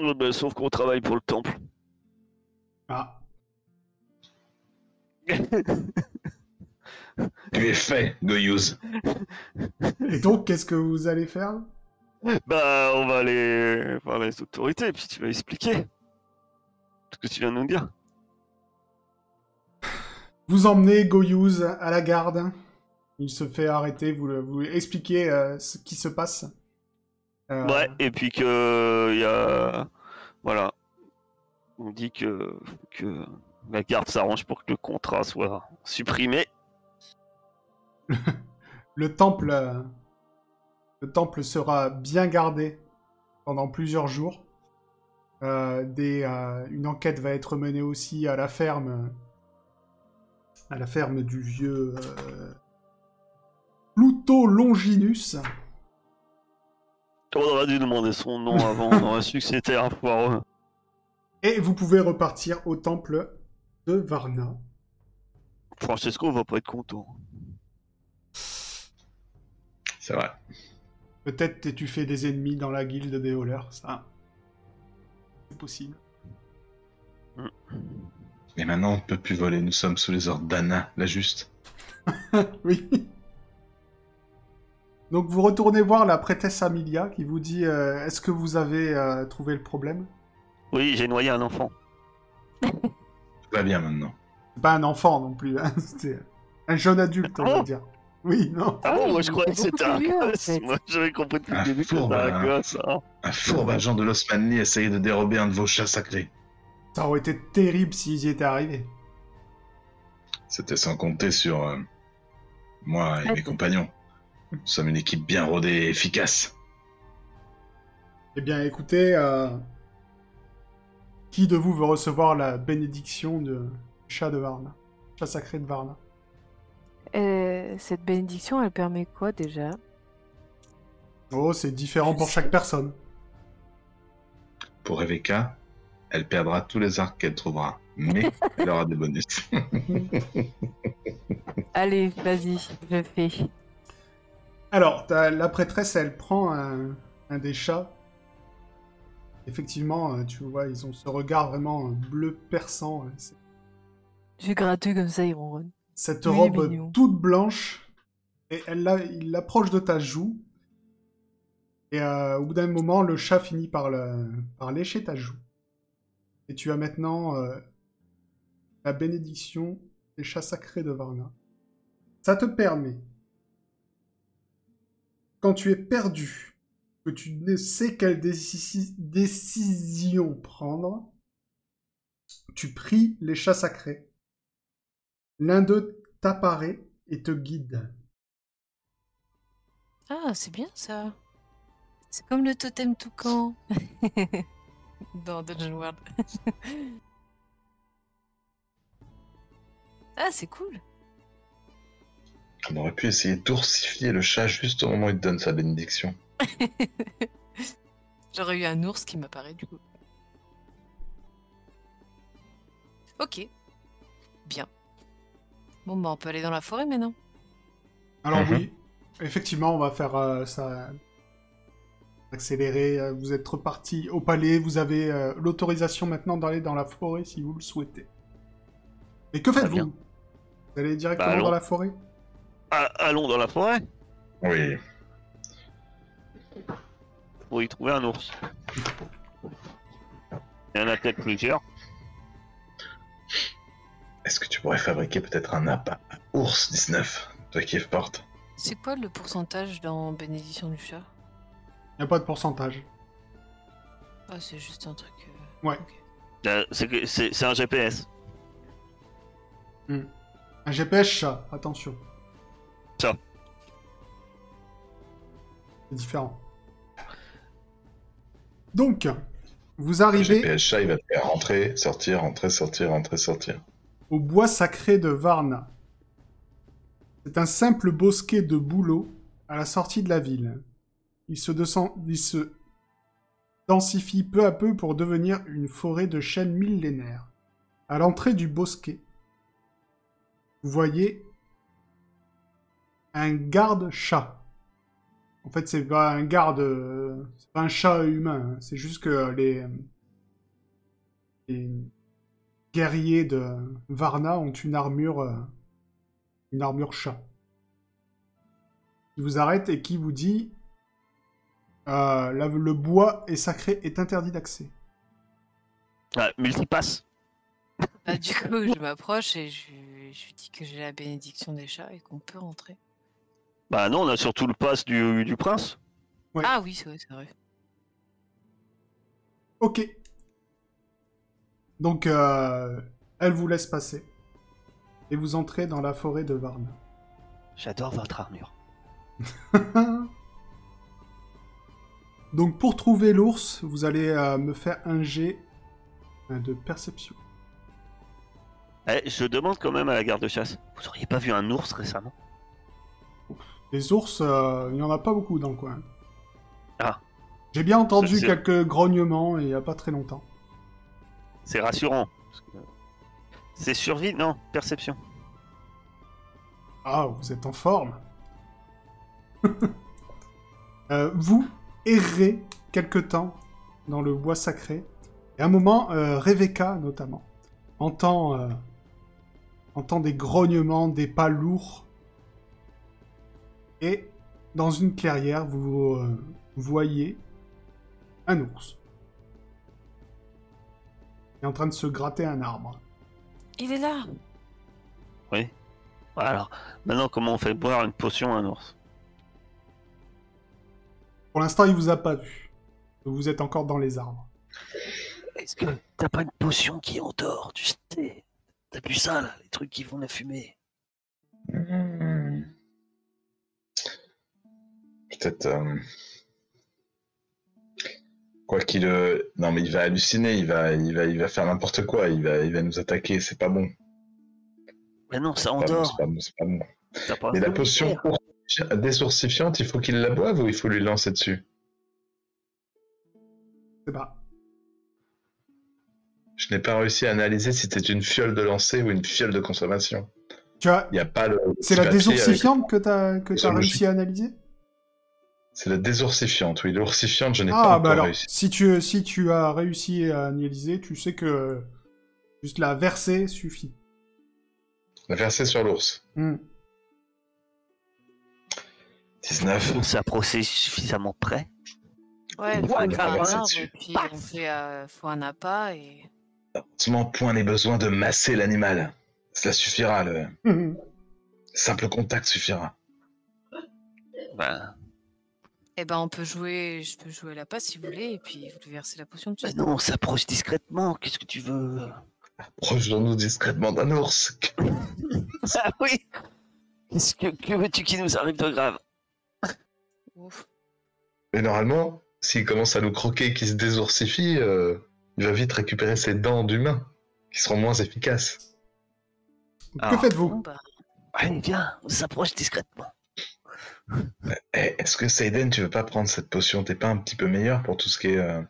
Ouais, bah, sauf qu'on travaille pour le temple. Ah, Tu es fait, Goyuz. et donc, qu'est-ce que vous allez faire Bah, on va aller voir les autorités, puis tu vas expliquer ce que tu viens de nous dire. Vous emmenez Goyuz à la garde. Il se fait arrêter, vous, le- vous lui expliquez euh, ce qui se passe. Euh, Ouais, et puis que il y a voilà, on dit que que la garde s'arrange pour que le contrat soit supprimé. Le temple, euh, le temple sera bien gardé pendant plusieurs jours. Euh, des, euh, une enquête va être menée aussi à la ferme, à la ferme du vieux euh, Pluto Longinus. On aurait dû demander son nom avant, on aurait su que c'était un euh, poireux. Et vous pouvez repartir au temple de Varna. Francesco va pas être content. C'est vrai. Peut-être que tu fais des ennemis dans la guilde des voleurs, ça. C'est possible. Mais maintenant, on ne peut plus voler. Nous sommes sous les ordres d'Anna, la juste. Oui. Donc vous retournez voir la prêtresse Amelia qui vous dit euh, Est-ce que vous avez euh, trouvé le problème Oui, j'ai noyé un enfant. Tout va bien maintenant. C'est pas un enfant non plus, hein, c'était un jeune adulte, on va dire. Oui, non. Ah Ah bon, oui, moi je il croyais était que c'était beaucoup un plus vieux, en gosse. fait. Ah, Moi j'avais compris depuis Un le début que c'était fourbe, un hein. gosse. hein. Un fourbe agent de l'Osmanli essayait de dérober un de vos chats sacrés. Ça aurait été terrible s'ils y étaient arrivés. C'était sans compter sur euh, moi et Ah. mes compagnons. Nous sommes une équipe bien rodée et efficace. Eh bien, écoutez, euh, qui de vous veut recevoir la bénédiction de- du chat de Varna Chat sacré de Varna. Euh, cette bénédiction, elle permet quoi déjà Oh, c'est différent pour chaque personne. Pour Rebecca, elle perdra tous les arcs qu'elle trouvera, mais elle aura des bonus. Allez, vas-y, je fais. Alors, t'as- la prêtresse, elle prend un, un des chats. Effectivement, euh, tu vois, ils ont ce regard vraiment euh, bleu perçant. euh, c'est- Je suis gratuit comme ça, il ronronne. Cette Oui, robe mignon. toute blanche. Et elle l'a- il l'approche de ta joue. Et euh, au bout d'un moment, le chat finit par, le, par lécher ta joue. Et tu as maintenant euh, la bénédiction des chats sacrés de Varna. Ça te permet, quand tu es perdu, que tu ne sais quelle déci- décision prendre, tu pries les chats sacrés. L'un d'eux t'apparaît et te guide. Ah, c'est bien ça. C'est comme le totem toucan dans Dungeon World. ah, c'est cool. On aurait pu essayer d'oursifier le chat juste au moment où il donne sa bénédiction. J'aurais eu un ours qui m'apparaît du coup. Ok. Bien. Bon, bah on peut aller dans la forêt maintenant. Alors Mhm. oui, effectivement, on va faire euh, ça accélérer. euh, Vous êtes reparti au palais, vous avez euh, l'autorisation maintenant d'aller dans la forêt si vous le souhaitez. Mais que faites-vous bien. Bah, Vous allez directement allons. dans la forêt Ah, allons dans la forêt Oui, pour y trouver un ours. Il y en a peut-être plusieurs. est-ce que tu pourrais fabriquer peut-être un app à ours 19 Toi qui es forte. C'est quoi le pourcentage dans Bénédiction du chat Il n'y a pas de pourcentage. Ah, c'est juste un truc. euh, Ouais. ok. Euh, c'est que- C'est c'est un GPS. Hmm. Un GPS chat, attention. Ça. C'est différent. Donc, vous Le arrivez GPS chat, il va te faire rentrer, sortir, rentrer, sortir, rentrer, sortir. au bois sacré de Varna. C'est un simple bosquet de bouleaux à la sortie de la ville. Il se, descend- il se densifie peu à peu pour devenir une forêt de chênes millénaires. À l'entrée du bosquet, vous voyez un garde-chat. En fait, c'est pas un garde, euh, c'est pas un chat humain. hein. C'est juste que les, les guerriers de Varna ont une armure, euh, une armure chat. Qui vous arrête et qui vous dit euh, la- le bois est sacré est interdit d'accès. Ah, multipass. Bah, du coup, je m'approche et je, je lui dis que j'ai la bénédiction des chats et qu'on peut rentrer. Bah non, on a surtout le pass du, du prince. Ouais. Ah oui, c'est vrai, c'est vrai. Ok. Donc euh, elle vous laisse passer et vous entrez dans la forêt de Varna. J'adore votre armure. Donc pour trouver l'ours, vous allez euh, me faire un jet euh, de perception. Eh, je demande quand même à la garde-chasse. Vous auriez pas vu un ours récemment Les ours, euh, il n'y en a pas beaucoup dans le coin. Ah. J'ai bien entendu Ça, c'est- quelques grognements il n'y a pas très longtemps. C'est rassurant. parce que- euh, C'est survie Non, perception. Ah, vous êtes en forme. Euh, vous errez quelque temps dans le bois sacré. Et à un moment, euh, Rebecca, notamment, entend, euh, entend des grognements, des pas lourds. Et dans une clairière, vous euh, voyez un ours. Il est en train de se gratter un arbre. Il est là Oui. Alors, maintenant, comment on fait boire une potion à un ours Pour l'instant, il vous a pas vu. Vous êtes encore dans les arbres. Est-ce que t'as pas une potion qui endort, tu sais T'as plus ça, là, les trucs qui vont la fumée. Hmm. Peut-être. euh, Quoi qu'il. euh, Non, mais il va halluciner, il va, il va, il va faire n'importe quoi, il va, il va nous attaquer, c'est pas bon. Mais Bah non, ça Pas bon, endort. c'est pas bon, Ah, c'est pas bon. T'as pas Et la envie de potion faire. désourcifiante, il faut qu'il la boive ou il faut lui lancer dessus C'est pas. Je n'ai pas réussi à analyser si c'était une fiole de lancer ou une fiole de consommation. Tu as. Il n'y a pas le. C'est petit la papier désourcifiante que t'as que les t'as zoologies. réussi à analyser avec- C'est la désourcifiante, oui. L'oursifiante, je n'ai pas Ah encore bah alors, réussi. si tu si tu as réussi à analyser, tu sais que juste la verser suffit. La verser sur l'ours. Hmm. 19. Faut que ça procède suffisamment près. Ouais, Ouais, faut grave, faire un c'est arbre, dessus. et puis Paf on fait, euh, faut un appât et Heureusement, point n'est besoin de masser l'animal. Cela suffira, le Mhm. simple contact suffira. Ben, Eh ben, on peut jouer, je peux jouer à la passe si vous voulez, et puis vous lui versez la potion de ben chasse. non, on s'approche discrètement. Qu'est-ce que tu veux Projetons-nous discrètement d'un ours. Ah oui Qu'est-ce que, que veux-tu qu'il nous arrive de grave Ouf. Et normalement, s'il commence à nous croquer et qu'il se désourcifie, euh, il va vite récupérer ses dents d'humain, qui seront moins efficaces. Que Alors, Bon, faites-vous bah, Ah, Allez, viens, on s'approche discrètement. Eh, Est-ce que Seiden, tu veux pas prendre cette potion T'es pas un petit peu meilleur pour tout ce qui est. euh,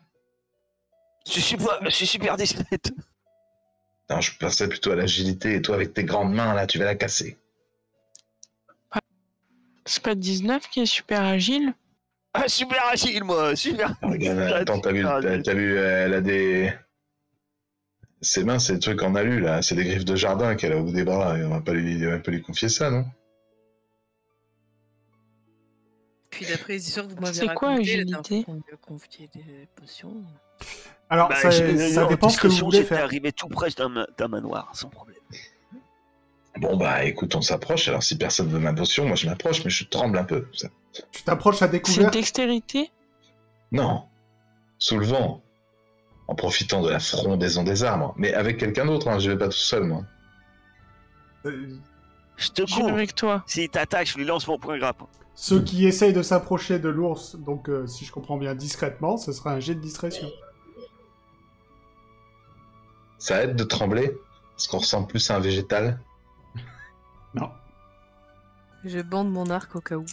Je suis, super- je suis super discrète. Non, je pensais plutôt à l'agilité, et toi, avec tes grandes mains, là, tu vas la casser. C'est pas 19 qui est super agile Ah, super agile, moi, super. Ah, Ah, Regarde, attends, t'as vu, super t'as- agile. t'as vu, euh, elle a des. Ses mains, c'est des trucs en alu, là. C'est des griffes de jardin qu'elle a au bout des bras, et on va pas lui, on va pas lui confier ça, non Puis d'après les histoires que vous m'avez C'est quoi, racontées, la dernière fois agilité qu'on me confiait des potions. Alors Bah, ça, j'ai- ça en dépend ce que vous discrétion, voulez j'étais faire. arrivé tout près d'un ma- d'un manoir, sans problème. Bon, bah, écoute, on s'approche. Alors, si personne veut ma potion, moi, je m'approche, mais je tremble un peu. ça. Tu t'approches à C'est découvert. dextérité Non, sous le vent, en profitant de la frondaison des arbres, mais avec quelqu'un d'autre, hein, je vais pas tout seul, moi. Euh, Je te Je suis cours. avec toi. S'il t'attaque, je lui lance mon point grappe. Ceux qui essayent de s'approcher de l'ours, donc euh, si je comprends bien discrètement, ce sera un jet de discrétion. Ça aide de trembler, parce qu'on ressemble plus à un végétal. Non. Je bande mon arc au cas où.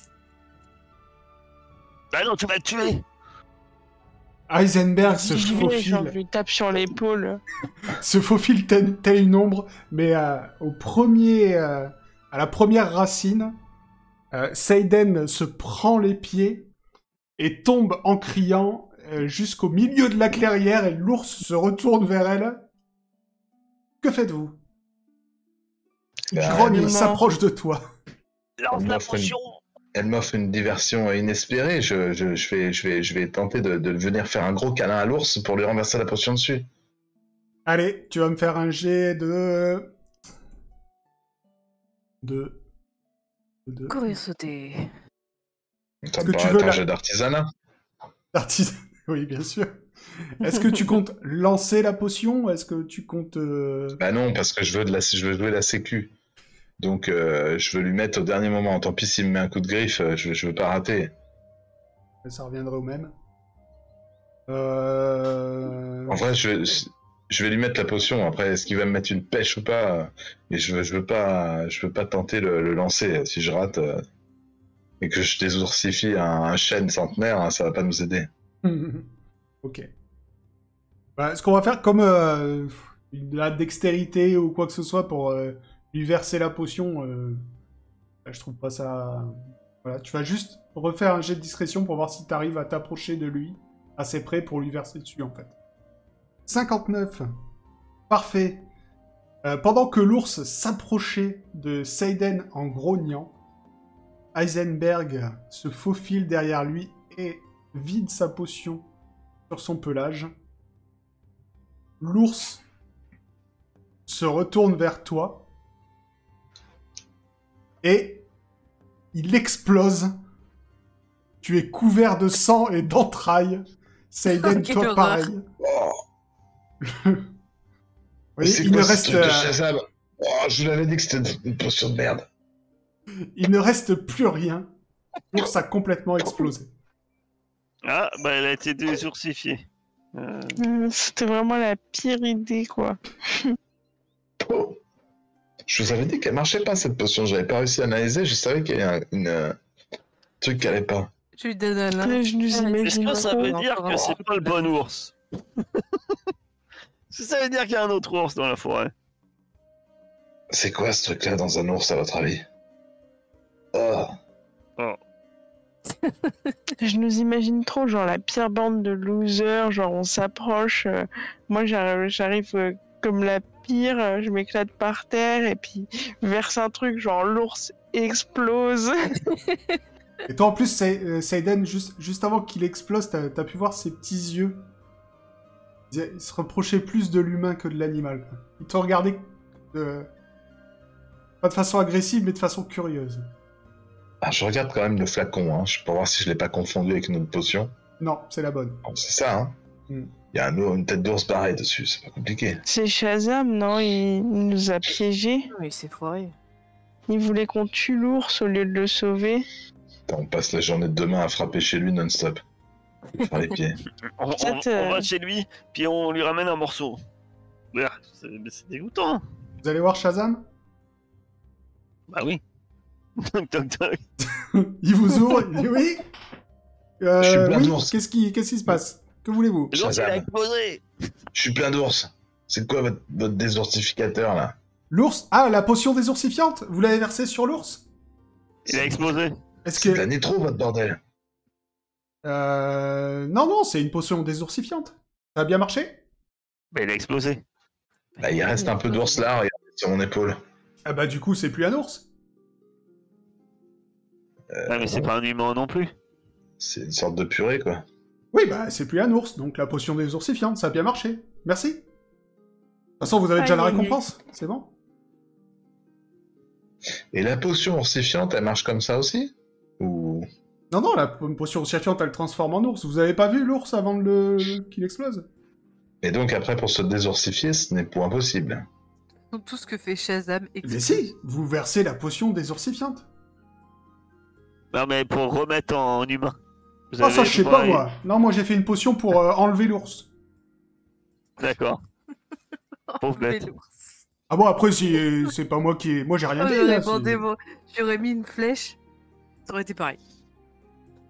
Bah non, tu vas le tuer. Heisenberg se Dis-le, genre, je faufile, lui tape sur l'épaule. se faufile tel, tel une ombre, mais euh, au premier, euh, à la première racine, euh, Seiden se prend les pieds et tombe en criant euh, jusqu'au milieu de la clairière et l'ours se retourne vers elle. Que faites-vous Euh, Grogne Vraiment. s'approche de toi. Lance On la m'offre une- potion. Elle m'offre une diversion inespérée. Je, je- je vais, je, vais, je vais tenter de, de venir faire un gros câlin à l'ours pour lui renverser la potion dessus. Allez, tu vas me faire un jet de... De... de... Courir sauter. Ça Est-ce me que tu paraît veux un la- jeu d'artisanat. d'artisan. Oui, bien sûr. Est-ce que tu comptes lancer la potion Est-ce que tu comptes... euh, Bah non, parce que je veux, de la, je veux jouer la sécu. Donc euh, je veux lui mettre au dernier moment. Tant pis s'il me met un coup de griffe, euh, je, je veux pas rater. Ça reviendrait au même. Euh... En vrai, je, je vais lui mettre la potion. Après, est-ce qu'il va me mettre une pêche ou pas euh, Mais je veux, je veux pas, je veux pas tenter le, le lancer. Si je rate euh, et que je désourcifie un, un chêne centenaire, hein, ça va pas nous aider. ok. Bah, ce qu'on va faire, comme euh, de la dextérité ou quoi que ce soit pour euh, lui verser la potion, euh, bah, je trouve pas ça. Voilà, tu vas juste refaire un jet de discrétion pour voir si t'arrives à t'approcher de lui assez près pour lui verser dessus en fait. 59. Parfait. Euh, pendant que l'ours s'approchait de Seiden en grognant, Heisenberg se faufile derrière lui et vide sa potion sur son pelage. L'ours se retourne vers toi et il explose. Tu es couvert de sang et d'entrailles. Seiden, Quelle toi horreur. pareil. Oh, Vous voyez, c'est il ne quoi ce reste, truc de euh, Shazam Oh, Je vous l'avais dit que c'était une potion de merde. il ne reste plus rien. L'ours a complètement explosé. Ah, bah elle a été désourcifiée. Euh, Euh, C'était vraiment la pire idée, quoi. Oh. Je vous avais dit qu'elle marchait pas cette potion, j'avais pas réussi à analyser, je savais qu'il y avait un une, euh, truc qui allait pas. Je lui donne un lin. Je nous Est-ce imagine que ça trop. veut non, dire ça va. que c'est pas le bon ours Est-ce que Ça veut dire qu'il y a un autre ours dans la forêt. C'est quoi ce truc-là dans un ours à votre avis Oh, Je nous imagine trop, genre la pire bande de losers, genre on s'approche, euh, moi j'arrive, j'arrive, euh, comme la pire, euh, je m'éclate par terre et puis je verse un truc, genre l'ours explose. Et toi, en plus, Sa- euh, Seiden, juste, juste avant qu'il explose, t'as as pu voir ses petits yeux. Ils ils se reprochaient plus de l'humain que de l'animal. quoi. Ils te regardaient de... pas de façon agressive, mais de façon curieuse. Ah, je regarde quand même le flacon, hein, je- pour voir si je l'ai pas confondu avec une autre potion. Non, c'est la bonne. Oh, c'est ça, hein Mm. Il y a un ours- une tête d'ours pareille dessus, c'est pas compliqué. C'est Shazam, non Il nous a piégés. Il s'est foiré. Il voulait qu'on tue l'ours au lieu de le sauver. Putain, on passe la journée de demain à frapper chez lui non-stop. Par les pieds. On, on- Peut-être, on va euh, chez lui, puis on lui ramène un morceau. Ouais, C'est mais c'est dégoûtant. Vous allez voir Shazam Bah oui. Toc, toc, toc. Il vous ouvre, il dit oui Euh, Je suis plein oui, d'ours. Qu'est-ce qui, qu'est-ce qui se passe Que voulez-vous L'ours, il Shazam. a explosé. Je suis plein d'ours. C'est quoi votre, votre désourcificateur là L'ours Ah, la potion désourcifiante Vous l'avez versée sur l'ours Il a explosé. Est-ce C'est de la que... nitro, votre bordel. Euh... Non, non, c'est une potion désourcifiante. Ça a bien marché Mais il a explosé. Bah, il reste un peu d'ours là, regardez, sur mon épaule. Ah bah du coup, c'est plus un ours. Ah, mais c'est pas un humain non plus. C'est une sorte de purée quoi. Oui, bah c'est plus un ours, donc la potion des oursifiantes, ça a bien marché. Merci. De toute façon, vous avez déjà la Aïe. récompense, c'est bon Et la potion oursifiante, elle marche comme ça aussi Ou. Non, non, la po- potion oursifiante, elle le transforme en ours. Vous avez pas vu l'ours avant de le... qu'il explose Et donc après, pour se désourcifier, ce n'est point possible. Donc tout ce que fait Shazam Mais explose. si, vous versez la potion des oursifiantes. Non, mais pour remettre en, en humain. Vous Ah avez- ça, je sais pas, Ouais, moi. Non, moi, j'ai fait une potion pour euh, enlever l'ours. D'accord. Oh, Pauvre Enlever bête. l'ours. Ah bon, après, c'est c'est pas moi qui... ai- Moi, j'ai rien Oh, dit. j'aurais là, c'est- bandé mon- J'aurais mis une flèche, ça aurait été pareil.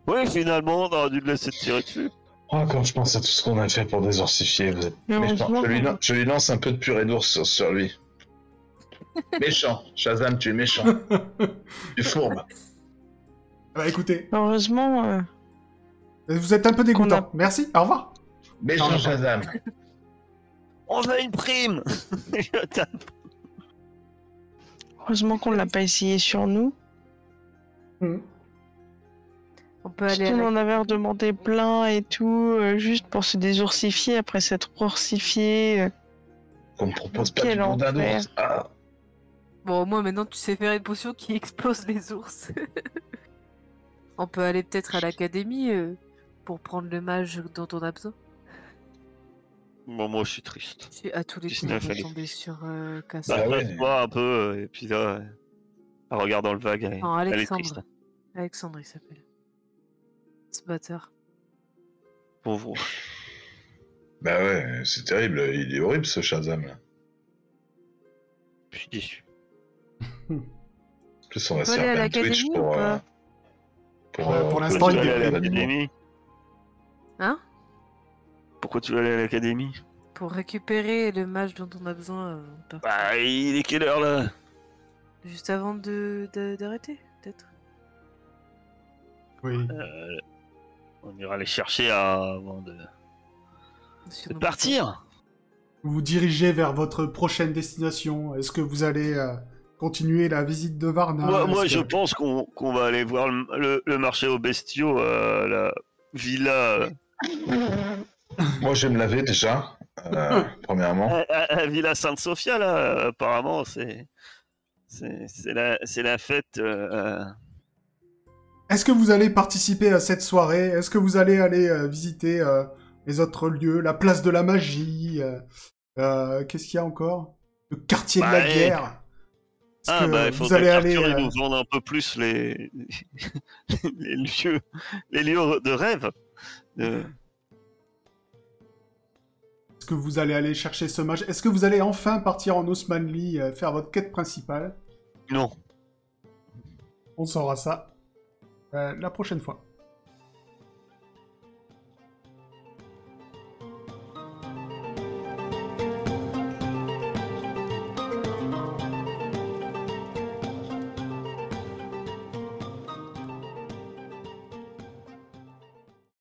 Oui, finalement, on aurait dû le laisser tirer dessus. Oh, quand je pense à tout ce qu'on a fait pour désourcifier, vous êtes Mais méchant. heureusement Je lui, qu'on- lan- je lui lance un peu de purée d'ours sur, sur lui. méchant, Shazam, tu es méchant. tu fourbe. Bah écoutez, Heureusement, euh, vous êtes un peu dégoûtant. a- Merci, au revoir. Méchant Shazam. On veut une prime Je tape. heureusement qu'on l'a pas essayé sur nous. On peut Parce aller à qu'on la... en avait redemandé plein et tout, euh, juste pour se désourcifier après s'être oursifié. euh. Qu'on me propose pas Quel du bourdin enfer. d'ours. Ah, Bon, au moins maintenant tu sais faire une potion qui explose les ours. on peut aller peut-être à l'académie euh, pour prendre le mage dont on a besoin. Bon, moi, je suis triste. Je suis à tous les coups, on 19, va allez. tomber sur euh, Cassandre. Bah, ouais. ouais. moi un peu, euh, et puis là, euh, en regardant le vague, elle, Non, Bah, elle est Oh, Alexandre. triste. Alexandre, il s'appelle. Ce bâtard. Pauvre. Bah ouais, c'est terrible. Il est horrible ce Shazam là. Je suis déçu. En plus, on va peut se faire aller à plein de Twitch l'académie ou pour. pas euh, Pour, Ouais, euh, pour pour l'instant, les il est animaux. à l'académie Hein Pourquoi tu veux aller à l'académie Pour récupérer le mage dont on a besoin avant de partir. Bah, il est quelle heure là Juste avant de de- d'arrêter, peut-être. Oui. On ira les chercher à- avant de, de Sinon, partir. Vous vous dirigez vers votre prochaine destination Est-ce que vous allez euh, continuer la visite de Varna Ah, moi, moi, Est-ce je que- pense qu'on qu'on va aller voir le, le- le marché aux bestiaux, euh, la villa, euh, Moi, je vais me laver déjà, euh, premièrement. à- à- à villa Sainte-Sophia là. Apparemment, euh, c'est c'est C'est c'est la, c'est la fête. euh, euh, Est-ce que vous allez participer à cette soirée Est-ce que vous allez aller euh, visiter euh, les autres lieux La place de la magie euh, euh, Qu'est-ce qu'il y a encore Le quartier de la Bah, eh. guerre Est-ce Ah que bah il vous faudrait allez aller qu'Arthur il euh, nous vende un peu plus les, les lieux les lieux de rêve. Euh, Est-ce que vous allez aller chercher ce mage Est-ce que vous allez enfin partir en Osmanli euh, faire votre quête principale non. On saura ça euh, la prochaine fois.